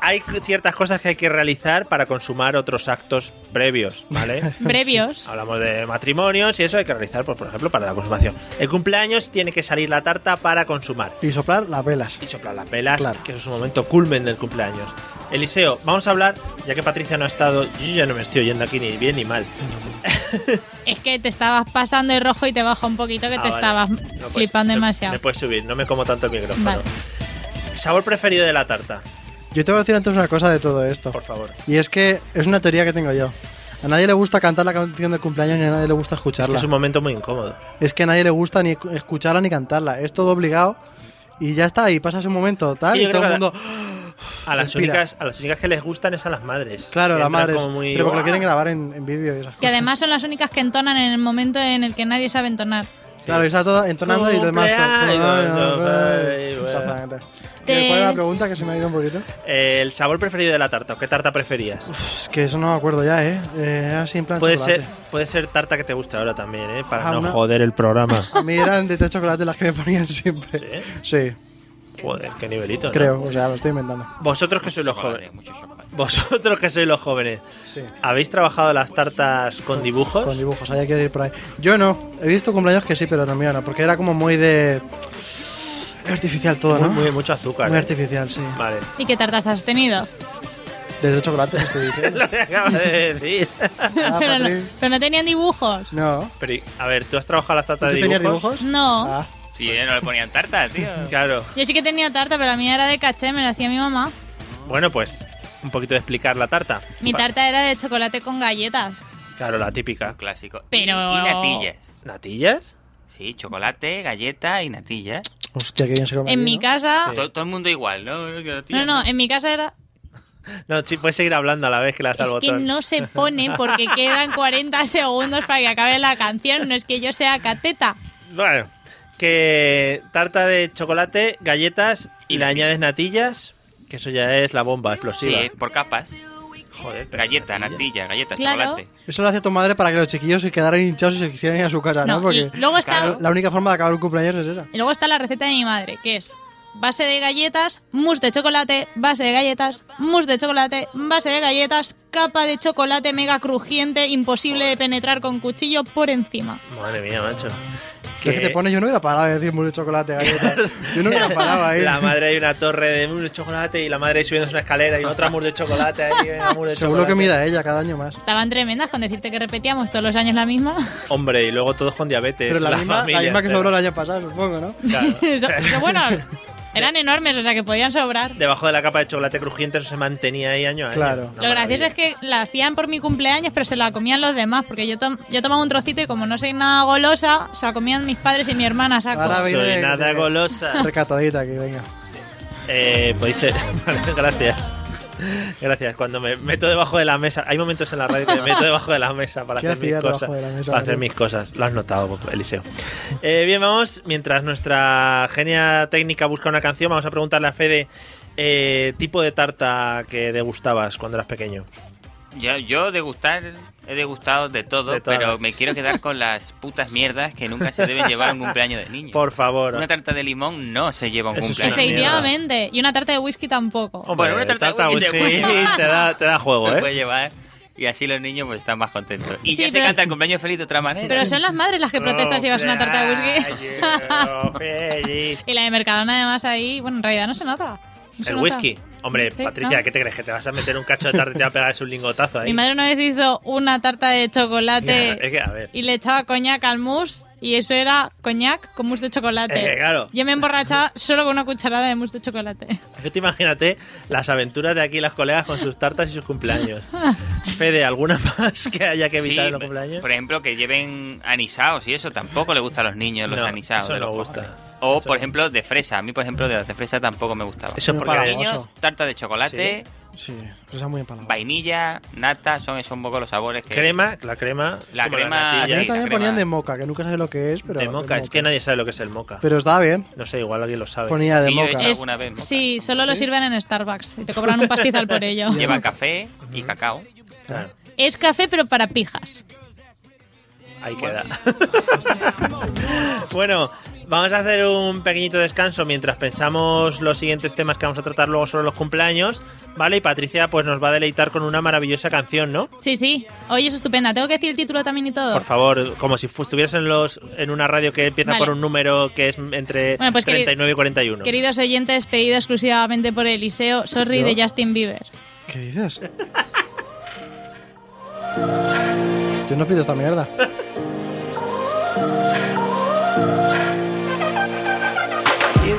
Hay ciertas cosas que hay que realizar para consumar otros actos previos, ¿vale?
Brevios.
Hablamos de matrimonios y eso hay que realizar, pues, por ejemplo, para la consumación. El cumpleaños tiene que salir la tarta para consumar.
Y soplar las velas.
y soplar las velas,
Claro.
que eso es un momento culmen del cumpleaños. Eliseo, vamos a hablar, ya que Patricia no ha estado, yo ya no me estoy oyendo aquí ni bien ni mal.
Es que te estabas pasando de rojo y te baja un poquito que
Ah,
te
vale.
estabas
No, pues,
flipando
me-
demasiado.
Me puedes subir, no me como tanto el micrófono.
Vale.
Sabor preferido de la tarta,
Yo te voy a decir antes una cosa de todo esto.
por favor.
Y es que es una teoría que tengo yo. A nadie le gusta cantar la canción de cumpleaños ni a nadie le gusta
Es que
escucharla.
es un momento muy incómodo.
Es que a nadie le gusta ni escucharla ni cantarla. Es todo obligado. Y ya está, y pasas un momento tal,
Sí, yo
y todo el
creo que
mundo.
A las,
Respira.
únicas, a las únicas que les gustan es a las madres.
Claro,
que
la
entran
madre. es-
como muy-
Pero porque lo quieren grabar en, en vídeo y esas
Que
cosas.
además son las únicas que entonan en el momento en el que nadie sabe entonar.
Claro, y está todo entonando y lo demás. todo-
Cumpleaños, feliz,
Exactamente.
Te-
¿Y ¿Cuál era la pregunta que se me ha ido un poquito?
Eh, El sabor preferido de la tarta, ¿o ¿qué tarta preferías?
Es que eso no me acuerdo ya, ¿eh? Eh, Era así en plan
Puede
chocolate.
ser, puede ser tarta que te guste ahora también, ¿eh? Para
Ah,
no
una-
joder el programa.
A mí eran de té de chocolate las que me ponían siempre.
¿Sí?
Sí,
Joder, qué nivelito. ¿no?
creo. O sea, lo estoy inventando.
Vosotros que sois los
Chocolate,
jóvenes.
mucho chocolate.
Vosotros que sois los jóvenes.
Sí.
¿Habéis trabajado las tartas con dibujos?
Con dibujos, había que ir por ahí. Yo no. He visto cumpleaños que sí, pero no mío no. Porque era como muy de... Artificial todo, ¿no?
Muy, muy- mucho azúcar.
Muy
¿eh?
artificial, sí.
Vale.
¿Y qué tartas has tenido?
Desde chocolate, estoy diciendo.
Lo que acabas de decir.
Ah,
pero,
Patri.
no, pero no tenían dibujos.
No.
Pero, y- a ver, ¿tú has trabajado las
¿Tú
tartas de
tenías
dibujos?
dibujos?
No.
Ah,
Sí, eh, no le ponían tarta, tío.
Claro.
Yo sí que tenía tarta, pero la mía era de caché, me la hacía mi mamá.
Bueno, pues un poquito de explicar la tarta.
Mi
Va-
tarta era de chocolate con galletas.
Claro, la típica.
Un clásico.
Pero-
Y, y natillas.
¿Natillas?
Sí, chocolate, galleta y natillas.
hostia, qué bien se come
en
aquí,
mi
¿no?
casa...
Sí.
To- Todo el mundo igual, ¿no? No, que
No,
natillas,
no, en mi casa era...
No, sí, puedes seguir hablando a la vez que las al
Es que
botón.
no se pone porque quedan 40 segundos para que acabe la canción. No es que yo sea cateta.
Bueno, que tarta de chocolate, galletas y le añades natillas, que eso ya es la bomba
Sí,
explosiva.
eh, por capas.
Joder, pero
Galleta,
natillas.
natilla, galleta,
Claro.
chocolate.
Eso lo hacía tu madre para que los chiquillos se quedaran hinchados y se quisieran ir a su casa, ¿no?
No, y
Porque
luego está...
claro.
la única forma de acabar un cumpleaños es esa.
Y luego está la receta de mi madre, que es base de galletas, mousse de chocolate, base de galletas, mousse de chocolate, base de galletas, capa de chocolate mega crujiente, imposible de penetrar con cuchillo por encima.
Madre mía, macho.
Lo que te pones, yo no hubiera parado de decir mucho chocolate, galleta. Yo no hubiera parado ahí.
La madre hay una torre de mousse de chocolate y la madre ahí subiendo una escalera y otra mousse de chocolate ahí, venga, mousse de
Seguro que
chocolate.
mida ella cada año más.
Estaban tremendas con decirte que repetíamos todos los años la misma.
Hombre, y luego todos con diabetes.
Pero la, misma,
familia
la misma que
entera.
sobró el año pasado, supongo, ¿no?
Claro.
Eso- pero bueno, eran enormes, o sea que podían sobrar.
Debajo de la capa de chocolate crujiente eso se mantenía ahí año a año.
Claro.
Una
Lo gracioso
maravilla.
es que la hacían por mi cumpleaños, pero se la comían los demás, porque yo, tom- yo tomaba un trocito y como no soy nada golosa, se la comían mis padres y mi hermana a saco.
Ahora ve-
Soy
viene-
nada
viene-
golosa.
Recatadita aquí, venga.
Eh, podéis ser. Vale, gracias. Gracias. Cuando me meto debajo de la mesa, hay momentos en la radio que me meto debajo de la mesa para
¿Qué
hacer mis
hacías debajo
cosas.
de la mesa,
para hacer
Mario?
mis cosas. Lo has notado, Eliseo. Eh, bien, vamos. Mientras nuestra genia técnica busca una canción, vamos a preguntarle a Fede eh, tipo de tarta que degustabas cuando eras pequeño.
Yo, yo degustar, he degustado de todo,
De todo.
pero me quiero quedar con las putas mierdas que nunca se deben llevar a un cumpleaños de niño.
Por favor.
Una tarta de limón no se lleva a un
Eso es
cumpleaños.
una mierda.
Efectivamente, y una tarta de whisky tampoco.
Hombre,
Bueno, una tarta whisky Pues, se
whisky
puede.
te da, te da juego,
Se puede
¿eh?
llevar y así los niños pues están más contentos. Y
Sí,
ya se
pero-
canta el cumpleaños feliz de otra manera.
Pero son las madres las que protestan si llevas una tarta de whisky.
whisky.
Y la de Mercadona, además, ahí, bueno, en realidad no se nota. No se
El
nota.
whisky. Hombre,
Sí,
Patricia,
¿no?
¿qué te crees? ¿Que te vas a meter un cacho de tarta y te va a pegar eso un lingotazo ahí?
Mi madre una vez hizo una tarta de
Es
chocolate
que, a ver.
y le echaba coñac al mousse y eso era coñac con mousse de
Es que,
chocolate.
claro.
Yo me emborrachaba solo con una cucharada de mousse de chocolate.
Es que te imagínate las aventuras de aquí las colegas con sus tartas y sus cumpleaños. Fede, ¿alguna más que haya que evitar
Sí,
en los cumpleaños?
Por ejemplo, que lleven anisados y eso tampoco le gusta a los niños, los
No,
anisados.
eso
de
no
los
gusta.
cojones. O, por ejemplo, de fresa. A mí, por ejemplo, de las de fresa tampoco me gustaba.
Eso
No
porque
para
Niños,
Eso.
tarta de chocolate,
Sí, pero está muy empalado.
Vainilla, nata, son esos un poco los sabores que...
Crema, la crema.
La
como
crema-
natilla.
sí,
Ayer
la
también
crema.
ponían de moca, que nunca sé lo que es, pero.
de moca, es que nadie sabe lo que es el moca.
Pero estaba bien.
No sé, igual alguien lo sabe.
Ponía de
Sí, yo he
moca.
hecho- alguna vez, ¿no?
Sí, solo lo sirven en Starbucks y te cobran un pastizal por ello.
Lleva café y cacao.
Claro,
Es café, pero para pijas.
ahí queda. bueno, vamos a hacer un pequeñito descanso mientras pensamos los siguientes temas que vamos a tratar luego sobre los cumpleaños, ¿vale? Y Patricia pues nos va a deleitar con una maravillosa canción, ¿no?
Sí, sí. Oye, es estupenda. Tengo que decir el título también y todo.
Por favor, como si fu- estuvieras en los en una radio que empieza
Vale.
por un número que es entre
Bueno, pues, queri-
39 y 41.
Queridos oyentes, pedida exclusivamente por Eliseo, Sorry
¿Yo?
de Justin Bieber.
¿Qué dices? Yo no pido esta mierda.
You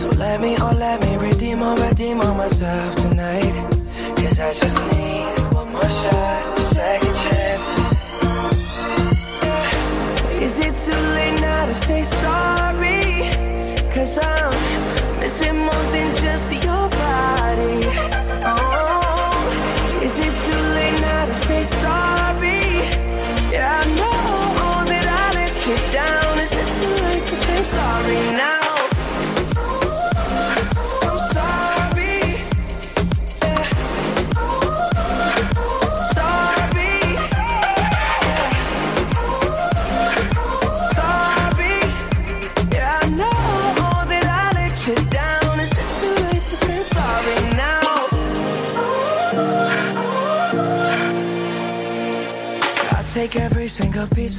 So let me, oh let me redeem or redeem on myself tonight. Cause I just need one more shot, second chance. Is it too late now to say sorry? Cause I'm missing more than just your body. Oh, is it too late now to say sorry? Yeah, I know that I let you down. Is it too late to say sorry now? I'm sorry. Yeah. Sorry. Yeah. Sorry. Yeah, I know that I let you down. Is it too late to say I'm sorry now? I'll take every single piece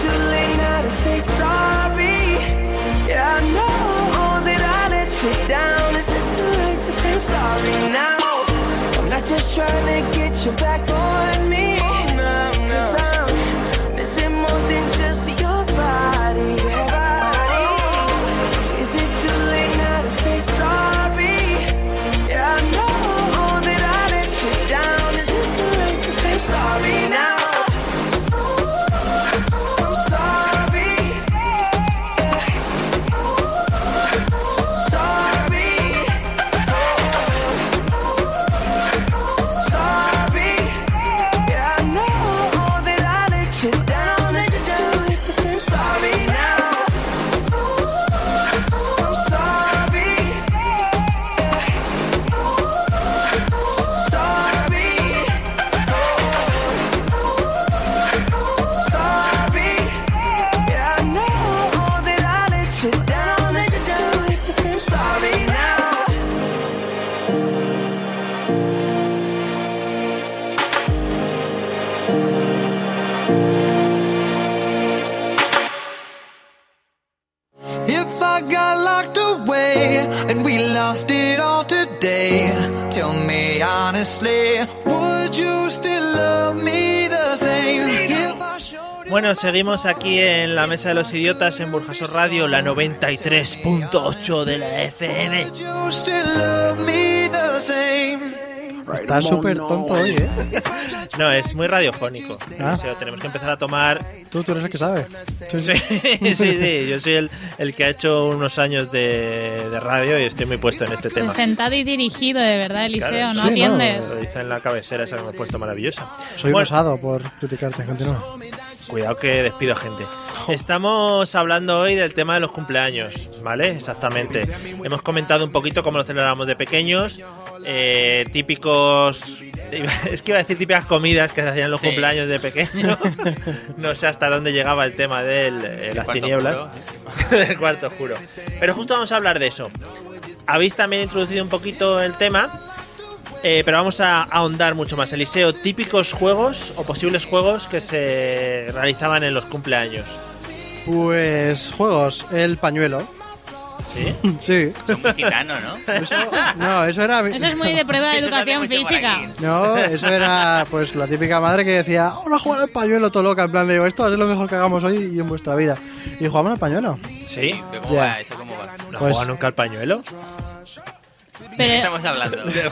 too late now to say sorry? Yeah, I know that I let you down. Is it too late to say I'm sorry now? I'm not just trying to get you back on me. Cause I'm missing more than just your body. Oh, Is it too late now to say sorry? Yeah, I know that I let you down. Is it too late to say I'm sorry now? I'm sorry. Yeah. Sorry. Sorry. Yeah, I know that I let you down. Is it too late to say I'm sorry now? I'm sorry. Sorry. Sorry. Yeah, I know that I let you down. Is it too late to say I'm sorry now?
If I got locked away and we lost it all today, tell me honestly, would you still love me the same? If I showed you
Bueno, seguimos aquí en la Mesa de los Idiotas en Burjasor Radio, la 93.8 de la FM.
would you still love me the same?
Está súper tonto hoy, ¿eh?
No, es muy radiofónico.
Ah.
O sea, tenemos que empezar a tomar...
Tú, tú eres el que sabe. Sí,
Sí, sí,
sí.
sí, yo soy el, el que ha hecho unos años de, de radio y estoy muy puesto en este tema.
Presentado y dirigido, de verdad, Eliseo.
Claro,
no
sí, no,
atiendes.
Lo dice en la cabecera esa que me he puesto maravillosa.
Soy un
Bueno,
osado por criticarte, continúa.
Cuidado que despido gente. Estamos hablando hoy del tema de los cumpleaños, ¿vale? Exactamente. Hemos comentado un poquito cómo lo celebrábamos de pequeños, eh, típicos Es que iba a decir típicas comidas que se hacían en los
Sí.
cumpleaños de pequeño. No sé hasta dónde llegaba el tema de eh, las
cuarto
tinieblas.
oscuro,
del cuarto oscuro. Pero justo vamos a hablar de eso. Habéis también introducido un poquito el tema, eh, pero vamos a ahondar mucho más. Eliseo, típicos juegos o posibles juegos que se realizaban en los cumpleaños.
Pues juegos, el pañuelo.
¿Sí?
Sí.
Son muy gitanos, ¿no?
Eso, no, eso era.
Eso es muy de prueba de
Eso sale
educación
mucho por
física.
aquí.
No, eso era pues la típica madre que decía, vamos a jugar al pañuelo todo loca, en plan, le digo, esto es lo mejor que hagamos hoy y en vuestra vida. Y jugamos al pañuelo.
¿Sí?
¿Pero ¿Cómo
Ya.
va? ¿Eso cómo va?
¿No
Pues-
has jugado nunca al pañuelo?
Pero
Estamos hablando.
ver,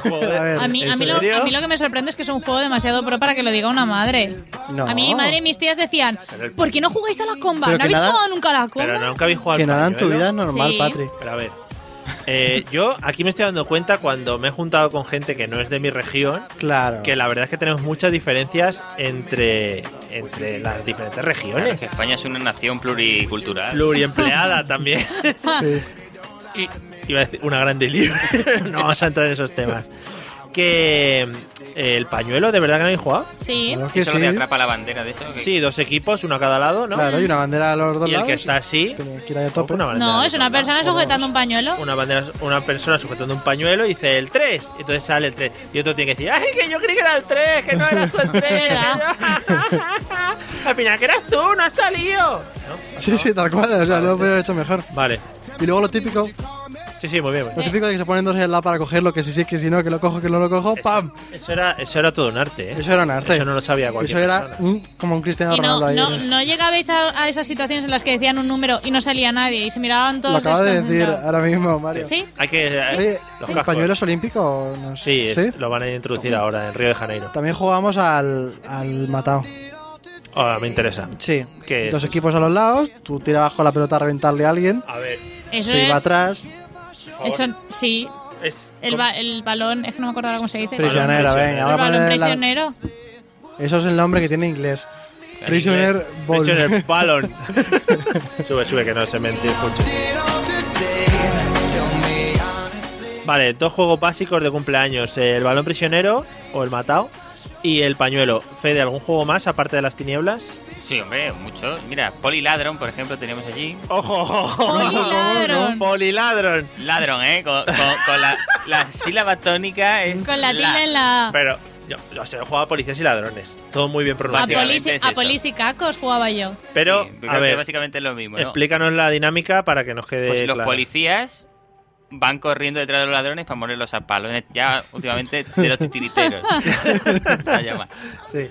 a mí, a,
¿en
mí lo,
serio?
a mí lo que me sorprende es que es un juego demasiado pro para que lo diga una madre.
No.
A mí mi madre y mis tías decían,
Pero-
¿por qué no jugáis a la comba?
Pero
¿No
que
habéis
nada-
jugado nunca a la comba?
Pero nunca habéis jugado al
Que nada en tu
pañuelo.
vida es normal,
Sí.
Patri.
Pero a ver, eh, yo aquí me estoy dando cuenta cuando me he juntado con gente que no es de mi región,
Claro.
que la verdad es que tenemos muchas diferencias entre, entre las diferentes
Claro,
regiones.
que España es una nación pluricultural.
Pluriempleada también.
Sí.
Y- iba a decir una grande libre. no vamos a entrar en esos temas. Que eh, el pañuelo, ¿de verdad que no habéis jugado?
Sí.
Claro que
Eso es lo
sí.
que atrapa la bandera de eso. que-
Sí, dos equipos, uno a cada lado, ¿no?
Claro, y una bandera a los dos
y el que
lados,
está así.
tiene que ir ahí a tope.
una bandera
No,
de
es una
todos lados.
persona sujetando un pañuelo.
Una, bandera, una persona sujetando un pañuelo y dice el 3. Entonces sale el 3. Y otro tiene que decir, ¡ay, que yo creí que era el 3! ¡Que no eras tú el 3! Al final, que eras tú, no has salido. ¿No?
Sí, sí, tal cual, o sea, lo hubiera hecho mejor.
Vale.
Y luego lo típico,
Sí, sí, muy bien. muy
lo
bien.
típico de que se ponen dos en el lado para cogerlo, que si sí, que si no, que lo cojo, que no lo cojo, ¡pam!
Eso era, eso era todo un arte, ¿eh?
Eso era un arte.
Eso no lo sabía
Eso
cualquier
era
persona.
mm, como un Cristiano
Y no,
Ronaldo ahí.
no, no llegabais a, a esas situaciones en las que decían un número y no salía nadie y se miraban todos.
lo acaba de decir
desconcentrados.
ahora mismo, Mario.
Sí.
Hay que.
Oye,
los
¿el
cascos. ¿eh?
pañuelo es olímpico? No sé.
Sí, es- lo van a introducir ahora en Río de Janeiro.
También jugábamos al, al matado.
Ah, me interesa.
Sí.
¿Qué es
Dos
eso?
equipos a los lados, tú tiras con la pelota a reventarle a alguien,
A ver,
Eso
se
es,
va atrás,
eso- sí,
es.
el, ba- el balón, es que no me acuerdo ahora cómo se dice.
Prisionero.
prisionero,
prisionero.
venga.
El
Ahora
balón
ponle la-
prisionero.
Eso es el nombre que tiene inglés. Prisoner Ball.
Prisoner Ballon. sube, sube, que no se me entiende mucho. Vale, dos juegos básicos de cumpleaños: el balón prisionero o el matao y el pañuelo. Fede, ¿algún juego más aparte de las tinieblas?
Sí, hombre, mucho. Mira, Poli Ladron, por ejemplo, tenemos allí.
¡Ojo, ojo, ojo!
Poliladron.
Poliladron.
Ladron, ¿eh? Con, con- con la, la sílaba tónica es...
Con la tilde en la.
Pero yo, yo sé, he jugado a policías y ladrones. Todo muy bien
A
pronunciado.
polis,
básicamente es
a
eso.
polis y cacos jugaba yo.
Pero,
Sí, creo
a
que
ver,
básicamente es lo mismo, ¿no?
explícanos la dinámica para que nos quede
Pues los
claro.
policías van corriendo detrás de los ladrones para morirlos a palos. Ya últimamente de los titiriteros. Se va a llamar.
Sí.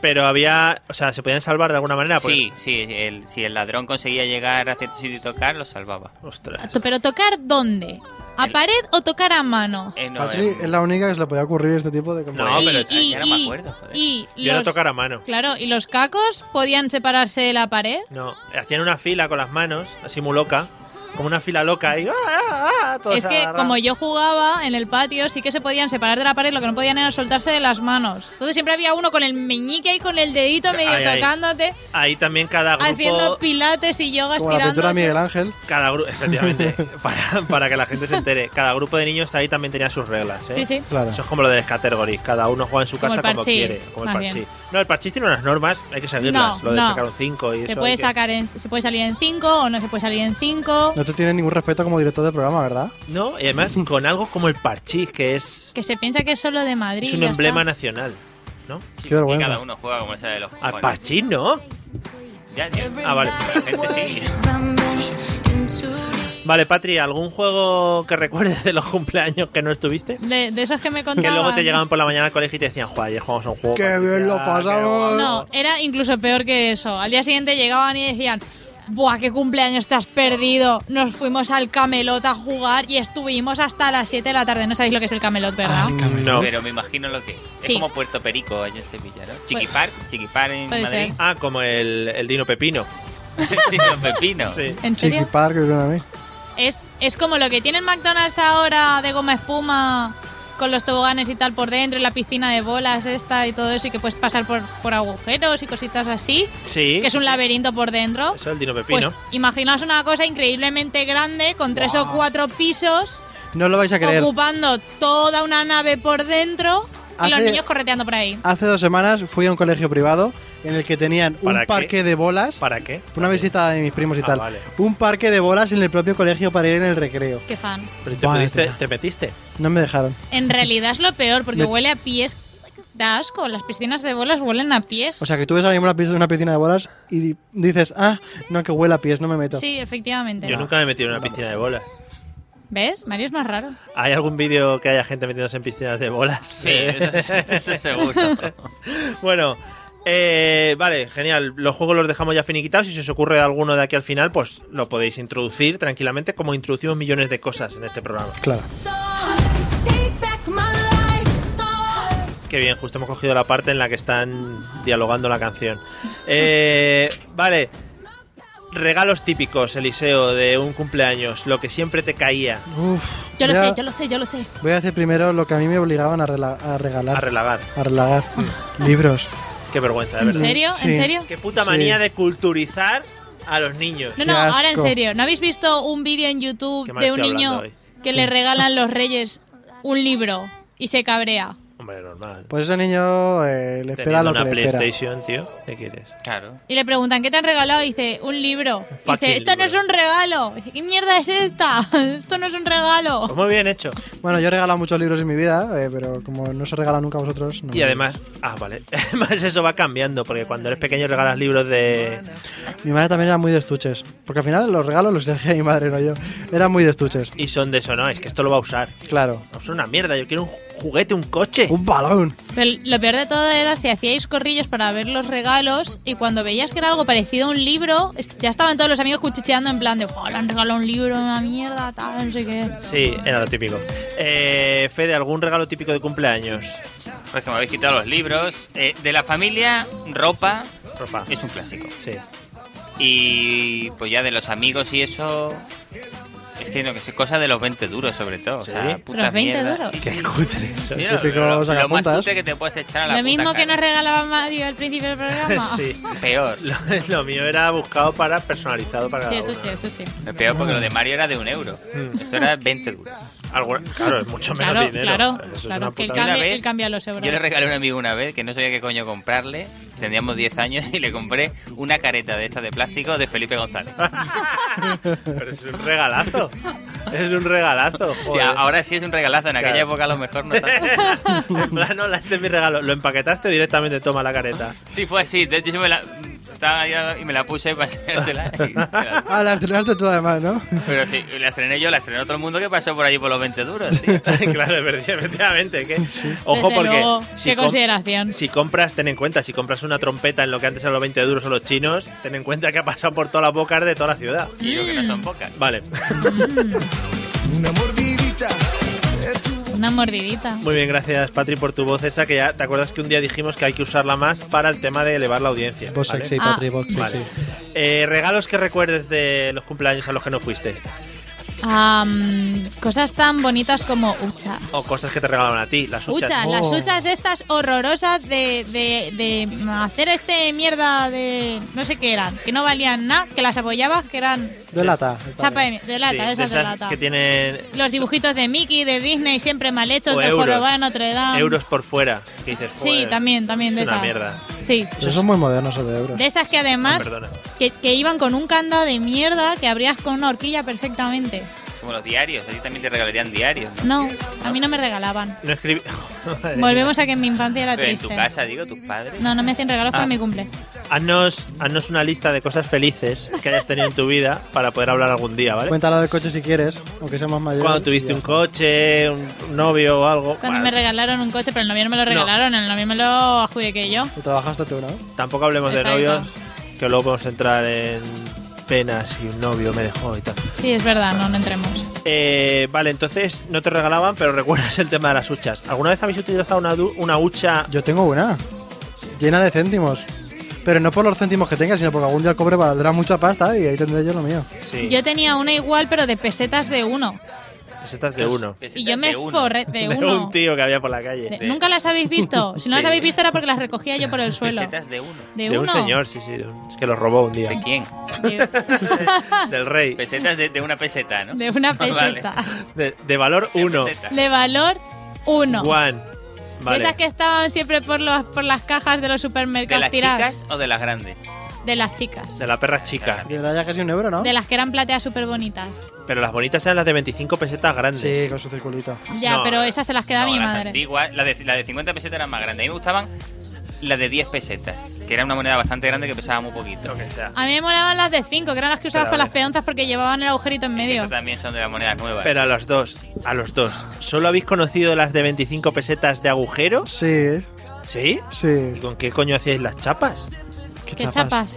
Pero había, o sea, se podían salvar de alguna manera. Pues, Porque-
Sí, sí, el- si el ladrón conseguía llegar a cierto sitio y tocar, lo salvaba.
Ostras.
To- Pero tocar dónde? ¿A
El-
pared o tocar a mano?
Eh, no,
Así
eh,
Ah, es la única que se le podía ocurrir este tipo de
No,
compañía.
pero
y,
es-
y,
ya no me
y-
acuerdo, joder.
y
Yo no
los,
tocar a mano.
claro, y los cacos podían separarse de la pared.
No, hacían una fila con las manos, así muy loca. Como una fila loca y ¡ah, ah, ah! todos
es que
agarrados.
como yo jugaba en el patio, sí que se podían separar de la pared, lo que no podían era soltarse de las manos. Entonces siempre había uno con el meñique y con el dedito medio
Ay, ay.
tocándote,
Ahí también cada
Ah, haciendo
grupo,
pilates y yoga
Como la pintura de Miguel
estirando.
Ángel.
cada grupo, efectivamente, para, para que la gente se entere, cada grupo de niños ahí también tenía sus reglas, ¿eh?
Sí, sí.
Claro.
Eso es como lo del Scattergory, cada uno juega en su
Como
casa
el
como
parchís,
quiere, como el
más
parchís. No, el parchís tiene unas normas, hay que seguirlas, lo
No,
de
no.
sacar un 5 y eso.
Se
hay
puede,
que-
sacar en- se puede salir en 5 o no se puede salir en 5.
No te tiene ningún respeto como director del programa, ¿verdad?
No, y además con algo como el parchís, que es,
Que se piensa que es solo de Madrid.
es un
ya está.
emblema nacional, ¿no?
sí,
qué vergüenza.
Y cada uno juega como sabe de los
Al
cojones.
parchís, ¿no?
Ya, ya.
Ah, vale.
La gente sí.
Vale, Patri, ¿algún juego que recuerdes de los cumpleaños que no estuviste?
De, de esos que me
Que
contaban.
luego te llegaban por la mañana al colegio y te decían, joder, ayer jugamos a un juego.
¡Qué
Patricia,
bien lo
qué
pasamos!
guapo".
No, era incluso peor que eso. Al día siguiente llegaban y decían, ¡buah, qué cumpleaños te has perdido! Nos fuimos al Camelot a jugar y estuvimos hasta las 7 de la tarde. No sabéis lo que es el Camelot, ¿verdad?
No.
Pero me imagino lo que es.
Sí. Pues-
Es como Puerto Perico allá en Sevilla, ¿no? Chiquipar, Chiquipar en
Puede
Madrid.
Ah, como el, el Dino Pepino.
Sí, los pepinos.
Sí.
¿En
Chiqui
serio?
Park, creo que era a mí.
Es, es como lo que tiene el McDonald's ahora de goma espuma con los toboganes y tal por dentro y la piscina de bolas esta y todo eso y que puedes pasar por, por agujeros y cositas así,
Sí.
que es un laberinto por dentro.
Eso, el Dino
Pues
Pepino.
imaginaos una cosa increíblemente grande con tres o cuatro pisos
No lo vais a creer.
ocupando toda una nave por dentro Y los
Hace-
niños correteando por ahí.
Hace dos semanas fui a un colegio privado en el que tenían un
¿Para qué?
parque de bolas.
¿Para qué?
Una visita de mis primos y
Ah,
tal.
vale.
Un parque de bolas en el propio colegio para ir en el recreo.
Qué fan.
Pero te,
Vaya
pediste-
tela.
te metiste.
No me dejaron.
En realidad es lo peor, porque
Me-
huele a pies. Da asco, las piscinas de bolas huelen a pies.
O sea, que tú ves a alguien en una piscina- una piscina de bolas y di- dices, ah, no, que huela a pies, no me meto.
sí, efectivamente.
Yo nunca me he metido en una piscina de bolas.
¿Ves? Mario es más raro.
¿Hay algún vídeo que haya gente metiéndose en piscinas de bolas?
Sí, eso, eso seguro.
Bueno, eh, vale, genial. Los juegos los dejamos ya finiquitados. Si se os ocurre alguno de aquí al final, pues lo podéis introducir tranquilamente, como introducimos millones de cosas en este programa.
Claro.
Qué bien, justo hemos cogido la parte en la que están dialogando la canción. Eh, vale. Regalos típicos, Eliseo, de un cumpleaños, lo que siempre te caía
Uf,
Yo lo
voy a-
sé, yo lo sé, yo lo sé.
Voy a hacer primero lo que a mí me obligaban a, rela- a regalar.
a Mm. relagar.
a relagar. Libros.
Qué vergüenza, de
¿En
verdad.
serio?
Sí.
¿En serio?
Qué puta
Sí.
manía de culturizar a los niños.
No, no,
Qué
ahora en
asco.
serio. ¿No habéis visto un vídeo en YouTube
Qué mal
de un
estoy
niño
hablando hoy.
que le regalan los reyes un libro y se cabrea?
Hombre, normal.
Pues ese niño eh, le espera
Teniendo
lo que
una
le espera.
PlayStation, tío, ¿qué quieres?
Claro.
Y le preguntan, ¿qué te han regalado? Y dice, un libro. Y
fucking
dice, esto no es
libro".
un regalo. Y dice, ¿Qué mierda es esta? Esto no es un regalo.
Pues muy bien hecho.
Bueno, yo he regalado muchos libros en mi vida, eh, pero como no se regala nunca a vosotros... No
Y además, ah, vale. Además, eso va cambiando, porque cuando eres pequeño regalas libros de.
Mi madre también era muy de estuches. Porque al final los regalos los elegía mi madre, no yo. Era muy de estuches.
Y son de eso, no, es que esto lo va a usar.
Claro.
No, es una mierda, yo quiero un juguete, un coche.
Un balón.
Pero lo peor de todo era si hacíais corrillos para ver los regalos y cuando veías que era algo parecido a un libro, es- ya estaban todos los amigos cuchicheando en plan de, oh, le han regalado un libro, una mierda, tal, no sé qué.
Sí, era lo típico. Eh, Fede, ¿algún regalo típico de cumpleaños?
Pues que me habéis quitado los libros. Eh, de la familia, ropa
Ropa.
es un clásico.
Sí.
Y pues ya de los amigos y eso. Es que no que sé, cosa de los 20 duros sobre todo. O sea,
¿Sí?
puta
¿Los 20
mierda.
duros?
Sí, sí.
Qué cutre eso.
Mira,
típico
lo, lo más
sacapuntas.
pute que te puedes echar a la
Lo
puta
mismo
cara.
que nos regalaba Mario al principio del programa.
Sí.
Peor.
Lo, lo mío era buscado para personalizado para
Sí,
cada
eso
uno.
sí, eso sí.
Lo Peor porque lo de Mario era de un euro.
Mm.
Esto era 20 duros.
Algo- claro, es mucho menos
Claro,
dinero.
claro,
Eso es
claro,
una
que él
puta
cambio-
cambia,
vez
él cambia los euros.
Yo le regalé a un amigo una vez que no sabía qué coño comprarle. Tendríamos 10 años y le compré una careta de esta de plástico de Felipe González.
Pero es un regalazo. Es un regalazo.
O sea,
joder.
ahora sí es un regalazo, en aquella
Claro.
época a lo mejor no tanto.
en plan, hola, este es mi regalo. Lo empaquetaste directamente, toma la careta.
Sí, fue así. De hecho, yo me la, estaba yo y me la puse para hacérsela. y se la-
Ah, las estrenaste tú además, ¿no?
Pero sí, la estrené yo, la estrenó todo el mundo que pasó por allí por los 20 duros, tío.
claro, efectivamente. que- Ojo,
Desde
porque
luego, qué
com-
consideración.
si compras, ten en cuenta, si compras una trompeta en lo que antes eran los 20 duros o los chinos, ten en cuenta que ha pasado por todas las bocas de toda la ciudad.
Y yo que no son pocas.
Vale,
Una mordidita.
Una mordidita.
muy bien, gracias Patri por tu voz esa, que ya te acuerdas que un día dijimos que hay que usarla más para el tema de elevar la audiencia.
Vos
¿vale?
sexy,
Ah.
Patri, vos sexy.
Vale. Eh, regalos que recuerdes de los cumpleaños a los que no fuiste.
Am, cosas tan bonitas como hucha.
O cosas que te regalaron a ti, las huchas.
Huchas, las
Oh.
huchas estas horrorosas de, de, de hacer este mierda de no sé qué eran, que no valían nada, que las apoyabas, que eran
De lata. está
chapa de,
bien.
mi- de lata,
Sí,
de esas de, lata.
que tienen
Los dibujitos de Mickey, de Disney, siempre mal hechos,
O
del
euros.
jorobado de Notre Dame.
euros por fuera. Que dices,
Ah. Sí,
joder,
también, también de
es una
esas.
mierda.
Sí.
Pero son muy modernos esos de euros.
De esas que
Ah,
además
perdona.
que, que iban con un candado de mierda que abrías con una horquilla perfectamente.
Como los diarios, a ti también te regalarían diarios. ¿no?
No, a mí no me regalaban.
No escribí. Madre mía.
Volvemos a que en mi infancia era
Pero en tu
triste.
casa, digo, tus padres.
No, no me hacían regalos para
Ah.
mi cumple.
Haznos, haznos una lista de cosas felices que hayas tenido en tu vida para poder hablar algún día, ¿vale?
Cuéntalo del coche si quieres, aunque sea más mayor.
Cuando
y
tuviste
ya
un
está.
coche, un un novio o algo.
Cuando
Bueno,
me regalaron un coche, pero el novio no me lo regalaron, el novio me lo adjudiqué yo.
Y trabajaste tú, ¿no?
Tampoco hablemos de
Exacto.
novios, que luego podemos entrar en penas y un novio me dejó y tal.
Sí, es verdad, no, no entremos.
Eh, vale, entonces no te regalaban, pero recuerdas el tema de las huchas. ¿Alguna vez habéis utilizado una, du- una hucha?
Yo tengo una. Llena de céntimos. Pero no por los céntimos que tenga, sino porque algún día el cobre valdrá mucha pasta y ahí tendré yo lo mío.
Sí,
Yo tenía una igual, pero de pesetas de uno.
pesetas de uno.
Y yo me
De uno.
forré
De
de uno.
un tío que había por la calle.
De- ¿Nunca las habéis visto? Si no las
Sí.
habéis visto era porque las recogía yo por el suelo.
Pesetas de uno.
De,
De un
uno.
señor, sí, sí. de un- Es que lo robó un día.
¿De quién?
De, Ah.
Del rey.
Pesetas de, de una peseta, ¿no?
de una
Vale.
peseta.
De, de valor
Sí,
1.
peseta.
De valor uno.
One. Vale.
Esas que estaban siempre por, los, por las cajas de los
¿De
supermercados
las
tiradas.
chicas o de las grandes?
De las chicas.
De la perra chica.
Que era ya casi un euro, ¿no?
De las que eran plateadas súper bonitas.
Pero las bonitas eran las de 25 pesetas grandes.
Sí, con su circulito.
Ya,
No,
pero esas se las queda
No,
mi
las
madre.
antiguas, la de, la de 50 pesetas era más grande. A mí me gustaban las de 10 pesetas, que era una moneda bastante grande que pesaba muy poquito.
Lo que sea.
A mí me molaban las de 5, que eran las que usabas
Pero, a
para
ver.
las peonzas porque llevaban el agujerito en medio.
Estas también son de las monedas nuevas.
Pero a los dos, a los dos. ¿Solo habéis conocido las de 25 pesetas de agujeros?
Sí, ¿eh?
¿Sí?
sí.
¿Y con qué coño hacíais las chapas?
Qué,
¿Qué
chapas.
chapas?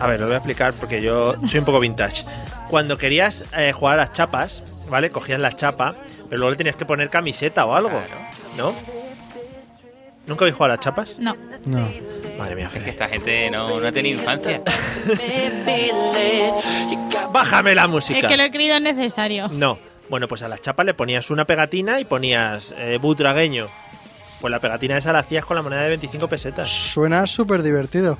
A ver, lo voy a explicar porque yo soy un poco vintage. Cuando querías eh, jugar a las chapas, ¿vale? Cogías la chapa, pero luego le tenías que poner camiseta o algo,
Claro.
¿no? ¿Nunca habéis jugado a las chapas?
No.
No.
Madre mía,
Es que
Fede.
esta gente no, no ha tenido infancia.
¡Bájame la música!
Es que lo he creído necesario.
No. Bueno, pues a las chapas le ponías una pegatina y ponías eh, butragueño. Pues la pegatina esa la hacías con la moneda de 25 pesetas.
Suena súper divertido.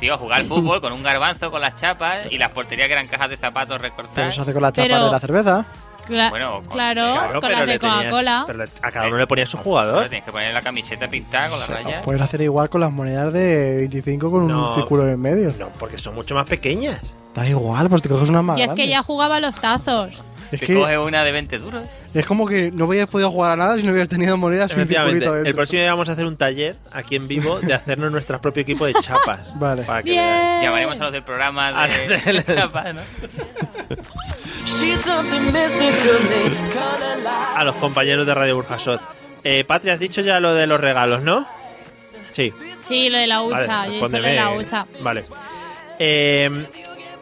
Tío, jugar al fútbol con un garbanzo, con las chapas y las porterías que eran cajas de zapatos
Pero
recortadas.
se hace con la chapa
Pero-
de la cerveza.
Cla-
Bueno, con-
claro, con las de
le tenías-
Coca-Cola.
pero le- a cada uno le ponías su jugador.
Ahora tienes que poner la camiseta pintada con las
Se lo
rayas.
puedes hacer igual con las monedas de 25 con
No.
un círculo en el medio.
No, porque son mucho más pequeñas.
Da igual, pues te coges una más
Y es
grande.
que ya jugaba a los tazos.
Es
Te
que-
coges una de 20 duros.
es como que no hubieras podido jugar a nada si no hubieras tenido monedas sin
Efectivamente.
circulito
El
dentro.
próximo día vamos a hacer un taller aquí en vivo de hacernos nuestro propio equipo de chapas.
Vale.
Para Ah, que veáis.
Bien.
Llamaremos a los del programa
Ah,
de chapas, ¿no?
She's something mystically color light.
A los compañeros de Radio Burjasot. Eh, Patria, has dicho ya lo de los regalos, ¿no? Sí.
Sí, lo de la hucha.
Vale,
yo he dicho lo de la
respóndeme.
hucha.
Vale. Eh,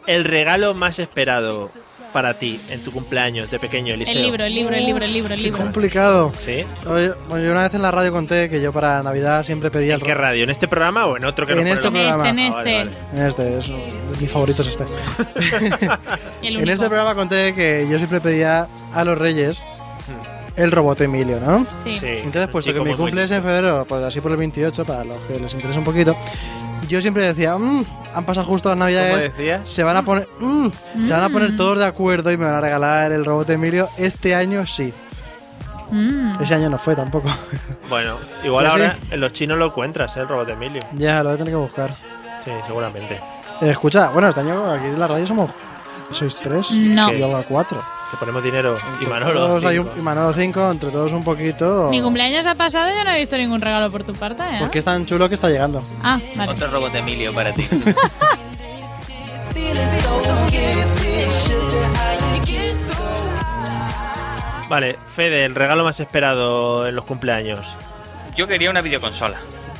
el regalo más esperado para ti en tu cumpleaños de pequeño, Eliseo.
El libro, el libro, el libro, el libro, el
Qué
libro.
complicado.
¿Sí?
Oye, Bueno, yo una vez en la radio conté que yo para Navidad siempre pedía
¿En
el
qué
ro-
radio? ¿En este programa o en otro que
En
nos ponen
este
los-
En este, en
Ah, vale,
este.
vale.
Este, es uno de mis favoritos este. En
El único.
este programa conté que yo siempre pedía a los reyes el robot Emilio, ¿no?
Sí.
Hmm. Sí,
Entonces,
un
puesto que
chico
mi
muy
cumple es
bonito.
en febrero, pues así por el 28, para los que les interesa un poquito, yo siempre decía, "Mm, han pasado justo las
¿Cómo
navidades,
decías?
se van a poner, mm, se van a poner
Mm.
todos de acuerdo y me van a regalar el robot Emilio este año sí.
Mm.
Ese año no fue tampoco.
Bueno, igual
Pues
ahora en los chinos lo encuentras, ¿eh? el robot de Emilio.
ya, lo voy a tener que buscar.
Sí, seguramente.
Eh, escucha, bueno, este año aquí en la radio somos sois tres
No.
y Olga cuatro.
Que ponemos dinero y
Entre
Manolo.
todos hay un-
cinco.
y Manolo cinco, entre todos un poquito.
Mi cumpleaños ha pasado y yo no he visto ningún regalo por tu parte, ¿eh?
Porque es tan chulo que está llegando.
Ah, vale.
Otro robot de Emilio para ti.
Feeling so gifted. Sugar, how you get so
Vale, Fede, el regalo más esperado en los cumpleaños.
Yo quería una videoconsola.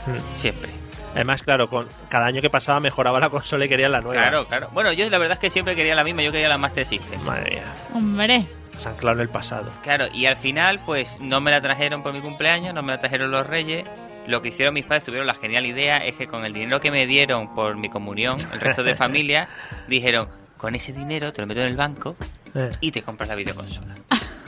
Mm.
Siempre.
Además, claro, con cada año que pasaba mejoraba la consola y querían la nueva.
Claro, claro. Bueno, yo la verdad es que siempre quería la misma. Yo quería la Master System.
Madre mía,
Hombre.
se han clavado en el pasado.
Claro, y al final, pues no me la trajeron por mi cumpleaños, no me la trajeron los reyes. Lo que hicieron mis padres, tuvieron la genial idea, es que con el dinero que me dieron por mi comunión, el resto de familia, dijeron, con ese dinero te lo meto en el banco
Eh.
y te compras la videoconsola.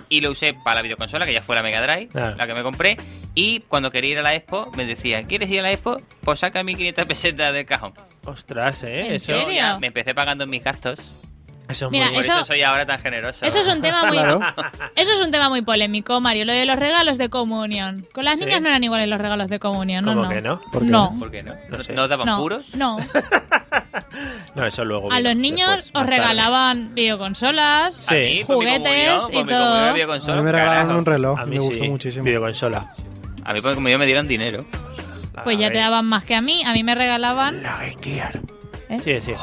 Y lo usé para la videoconsola, que ya fue la Mega Drive,
Claro.
la que me compré. Y cuando quería ir a la Expo, me decían, ¿quieres ir a la Expo? Pues saca 1500 pesetas del cajón.
Ostras, ¿eh?
¿En
eso,
serio?
Yo ya me empecé pagando mis gastos.
eso es
Mira,
muy...
Por eso,
Eso-
soy ahora tan generoso.
Eso es un tema muy
Claro.
Eso es un tema muy polémico, Mario, lo de los regalos de comunión. Con las
Sí.
niñas no eran iguales los regalos de comunión, ¿no?
¿Cómo
no.
que no?
¿Por qué?
No.
¿Por qué no?
No sé.
¿No daban
no,
puros?
No.
No, eso luego.
A
viene,
los niños
después, más
os
tarde.
regalaban videoconsolas,
Sí.
A mí, por mi
Juguetes
comunión,
y
por mi
todo.
comunión había
A
consola,
mí me regalaron
carajo.
un reloj
A
y
mí
me gustó
sí,
muchísimo.
Videoconsola.
A mí por mi comunión me dieron dinero.
pues ya te
daba
daban más que a mí. A mí me regalaban.
La Game Gear.
¿Eh?
Sí, sí.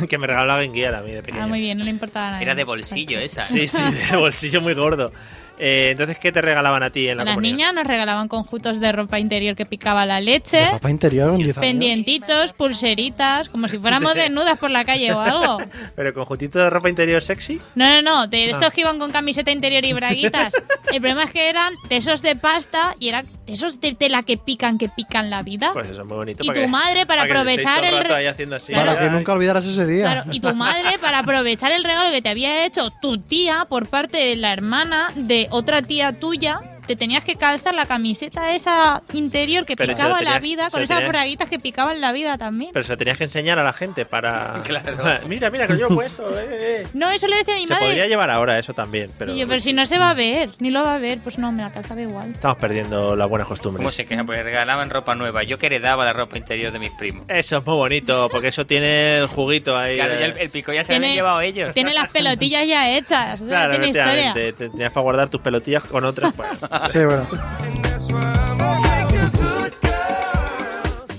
que me regaló la Game Gear a mí de pequeño.
Ah, muy bien, no le importaba nada.
Era de bolsillo
pues
esa.
Sí, sí, de bolsillo muy gordo. Eh, entonces, ¿qué te regalaban a ti en la
A las
comunión?
niñas nos regalaban conjuntos de ropa interior que picaba la leche,
De ropa interior con 10 años.
pendientitos, pulseritas, como si fuéramos desnudas por la calle o algo.
¿Pero conjuntito de ropa interior sexy?
No, no, no, de
Ah.
estos que iban con camiseta interior y braguitas. El problema es que eran de esos de pasta y eran de esos de tela que pican, que pican la vida.
Pues eso es muy bonito.
Y tu madre para
que estéis
aprovechar
todo
el
rato
re-
ahí haciendo así.
Claro.
Para que nunca olvidaras ese día.
Claro, y tu madre, para aprovechar el regalo que te había hecho tu tía por parte de la hermana de otra tía tuya, te tenías que calzar la camiseta esa interior que
Pero eso
picaba
lo
la
tenías-
vida,
eso
con
lo
esas
tenías-
braguitas que picaban la vida también.
Pero se lo tenías que enseñar a la gente para.
Claro.
mira, mira, que lo llevo puesto. eh, eh.
No, eso le decía a mi
Se
madre.
podría llevar ahora eso también, pero.
y yo, pero si no se va a ver, ni lo va a ver, pues no, me la calzaba igual.
Estamos perdiendo las buenas
¿Cómo
costumbres.
se quejan? Porque regalaban ropa nueva. Yo que heredaba la ropa interior de mis primos.
Eso es muy bonito, porque eso tiene el juguito ahí.
Claro,
de-
ya el, el pico ya se lo habían llevado ellos.
tiene las pelotillas ya hechas, o sea,
Claro,
tiene historia.
efectivamente. Te- Tenías para guardar tus pelotillas con otras. pues.
Sí, bueno.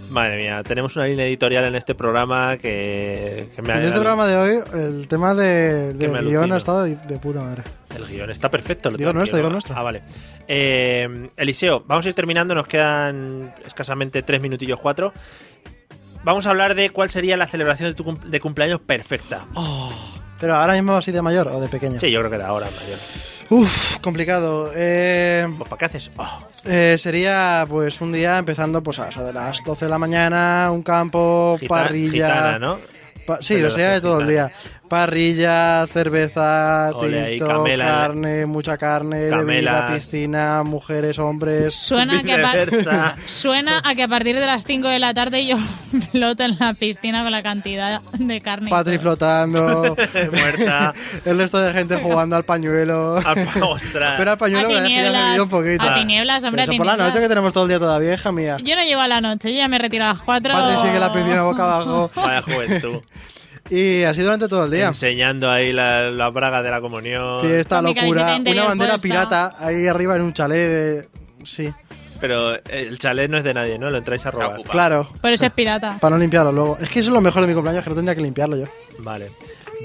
Madre mía, tenemos una línea editorial en este programa que, que me ha-
En este programa de hoy, el tema de,
Que
de
me
guión
alucino.
ha estado de, de puta madre.
El guión está perfecto. lo
Digo
tengo
nuestro,
aquí,
digo
¿no?
nuestro.
Ah, vale. Eh, Eliseo, vamos a ir terminando. Nos quedan escasamente tres minutillos, cuatro. Vamos a hablar de cuál sería la celebración de tu cum- de cumpleaños perfecta.
Oh. Pero ahora mismo así de mayor o de pequeño.
Sí, yo creo que de ahora, mayor.
Uf, complicado. Eh,
Pues, ¿para qué haces? Oh,
eh, sería pues un día empezando pues a eso de las 12 de la mañana, un campo,
gita-
parrilla.
Gitana, ¿no?
Pa- sí,
Pero
o sea, de todo el
gitana.
día. Parrilla, cerveza,
Ole, ahí, ¿eh?
tinto,
camela.
carne, mucha carne,
Camela.
bebida, piscina, mujeres, hombres.
Suena a, que a par-
Viceversa.
suena a que a partir de las 5 de la tarde yo floto en la piscina con la cantidad de carne. y
Patri
todo.
flotando.
Muerta.
el resto de gente jugando al pañuelo.
Ah, pa- ostras.
Pero al pañuelo
A
me dejé ya
tinieblas,
bebido un poquito.
a tinieblas, hombre,
Pero
a
eso por la
tinieblas.
noche que tenemos todo el día todavía, hija mía.
Yo no llevo a la noche, yo ya me retiro a las 4.
Patri sigue la piscina boca abajo.
Vaya juventud.
Y así durante todo el día.
Enseñando ahí la, la braga de la comunión.
Fiesta,
Con mi camiseta
locura, una
interior
bandera
puesta.
pirata ahí arriba en un chalet de... Sí,
Pero el chalet no es de nadie, ¿no? Lo entráis a robar.
ocupado.
claro.
Por eso es pirata.
Para no limpiarlo luego. Es que eso es lo mejor de mi cumpleaños, que no tendría que limpiarlo yo.
Vale.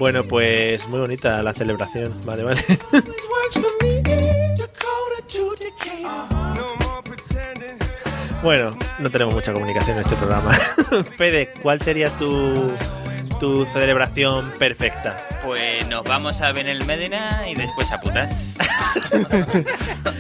Bueno, pues muy bonita la celebración. Vale, vale. Bueno, no tenemos mucha comunicación en este programa. Fede, ¿cuál sería tu, tu celebración perfecta?
Pues nos vamos a Benelmedina y después a putas.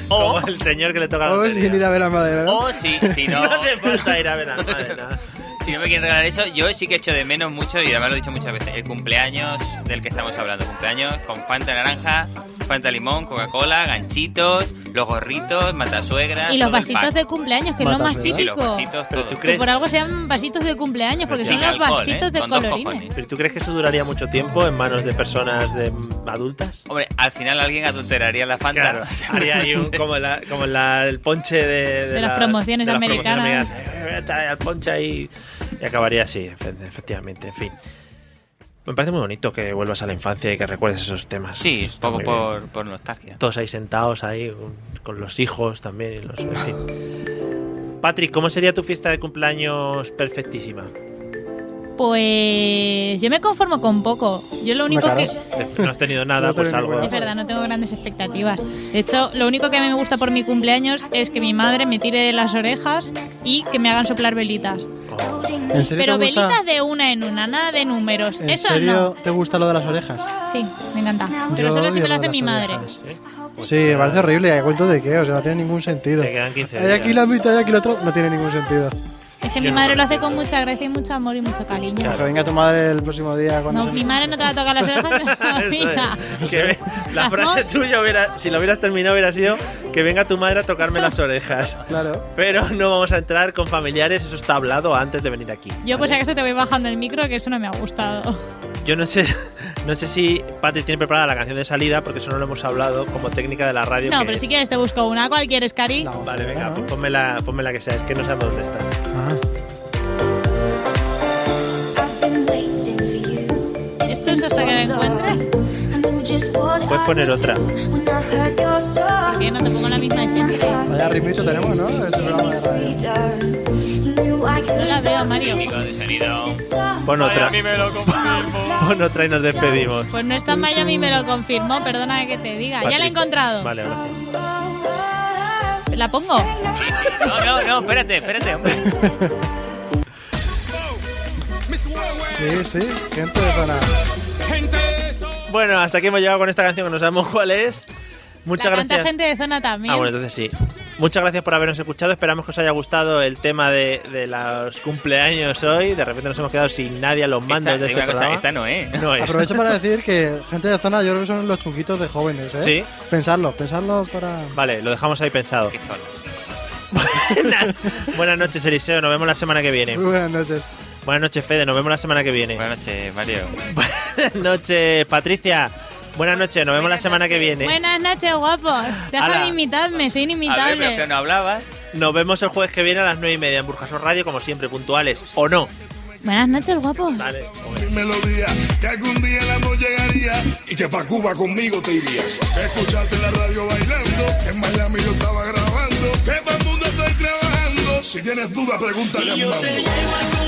Como el señor que le toca la
O
lotería.
sin ir a ver a madre.
Oh,
¿no?
O si, si no,
No hace falta ir a ver a nadie, nada.
si no me quieren regalar eso, yo sí que echo de menos mucho, y además lo he dicho muchas veces, el cumpleaños del que estamos hablando. Cumpleaños con Fanta naranja, Fanta limón, Coca-Cola, ganchitos, los gorritos, matasuegra.
Y los
todo el
vasitos
pack.
de cumpleaños, que es lo más
Matas,
Sí,
¿verdad?
los
típico.
vasitos,
Pero
todo.
tú
Que
crees.
por algo sean vasitos de cumpleaños, porque
Sin
son los
alcohol,
vasitos
¿eh?
de
Con dos
colorines.
cojones.
¿Pero ¿Tú crees que eso duraría mucho tiempo en manos de personas de mm, adultas?
Hombre, al final alguien adulteraría la Fanta.
Claro, haría ahí un, como, la, como la- el ponche de, de
De las
la-
promociones
de las
americanas.
promociones americanas. Eh, voy a echar ahí al ponche ahí. Y acabaría así, efe- efectivamente. En fin. Me parece muy bonito que vuelvas a la infancia y que recuerdes esos temas.
Sí, un
Está
poco
muy bien.
por, por nostalgia.
Todos ahí sentados ahí con- con los hijos también. Y los, en fin. Patrick, ¿cómo sería tu fiesta de cumpleaños perfectísima?
Pues yo me conformo con poco. Yo lo único
cara.
que...
De- No has tenido nada,
No
pues
tengo
algo.
ninguna.
Es verdad, no tengo grandes expectativas. De hecho, lo único que a mí me gusta por mi cumpleaños es que mi madre me tire de las orejas y que me hagan soplar velitas.
Oh.
¿En serio
Pero
te gusta?
velitas de una en una, nada de números.
¿En
Eso
serio te gusta lo de las orejas?
no. Sí, me encanta. Pero
Yo
solo si
odio
me lo
de
hace
las
mi madre.
orejas. ¿eh? Sí, me parece horrible. ¿A cuento de qué? O sea, no tiene ningún sentido.
Te quedan 15
Hay aquí
días.
la mitad y aquí la otra. No tiene ningún sentido.
Es que
Yo
mi
no
madre
lo
lo hace
entiendo.
con mucha gracia y mucho amor y mucho cariño.
Que venga tu madre el próximo día cuando...
No,
se-
mi madre no te va a tocar las orejas en la
Eso es.
vida.
Que ve- la frase tuya, hubiera, si lo hubieras terminado, hubiera sido que venga tu madre a tocarme las orejas.
Claro.
Pero no vamos a entrar con familiares, eso está hablado antes de venir aquí.
Yo pues si
¿vale?
acaso te voy bajando el micro, que eso no me ha gustado.
Yo no sé, no sé si Patri tiene preparada la canción de salida, porque eso no lo hemos hablado como técnica de la radio.
No,
que-
pero si quieres te busco una. ¿Cuál quieres, Cari?
No.
Vale, venga,
¿no?
pues ponme la, ponme la que sea, es que no sabemos dónde está.
Ah.
Esto es hasta que la encuentre.
Puedes poner otra.
Porque no te pongo la misma escena.
Vaya ritmito tenemos, ¿no? Este programa de radio.
No la veo, Mario.
Típico de sonido.
Pon otra,
me lo
pon otra y nos despedimos.
Pues no está en Miami, me lo confirmó. Perdona que te diga. Ya la
Patri-
he encontrado.
eh, Vale, gracias.
¿La pongo?
No, no, no, espérate, espérate, hombre.
Sí, sí. Gente de zona.
Bueno, hasta aquí hemos llegado con esta canción que no sabemos cuál es. Muchas
la canta
gracias.
gente de zona también.
Ah, bueno, entonces sí. Muchas gracias por habernos escuchado. Esperamos que os haya gustado el tema de, de los cumpleaños hoy. De repente nos hemos quedado sin nadie a los mandos de
esta,
este
digo una cosa,
programa.
esta no es.
No es.
Aprovecho para decir que gente de zona, yo creo que son los chunguitos de jóvenes, ¿eh?
Sí.
Pensarlo, pensarlo para.
Vale, lo dejamos ahí pensado.
Qué zorra.
Buenas- Buenas noches, Eliseo. Nos vemos la semana que viene.
Muy buenas noches.
Buenas noches, Fede. Nos vemos la semana que viene.
Buenas noches, Mario.
Buenas noches, Patricia. Buenas noches. Nos vemos la semana que viene.
Buenas noches, guapos. Deja
Ala.
de imitarme, soy
A ver, pero es
inimitable.
que no hablabas.
Nos vemos el jueves que viene a las 9 y media en Burjasor Radio, como siempre, puntuales. ¿O no?
Buenas noches, guapos.
Vale.
Mi melodía, que algún día el amor llegaría y que pa' Cuba conmigo te irías. Escucharte en la radio bailando, que en Miami yo estaba grabando, que todo el mundo estoy trabajando. Si tienes dudas, pregúntale a mi mamá.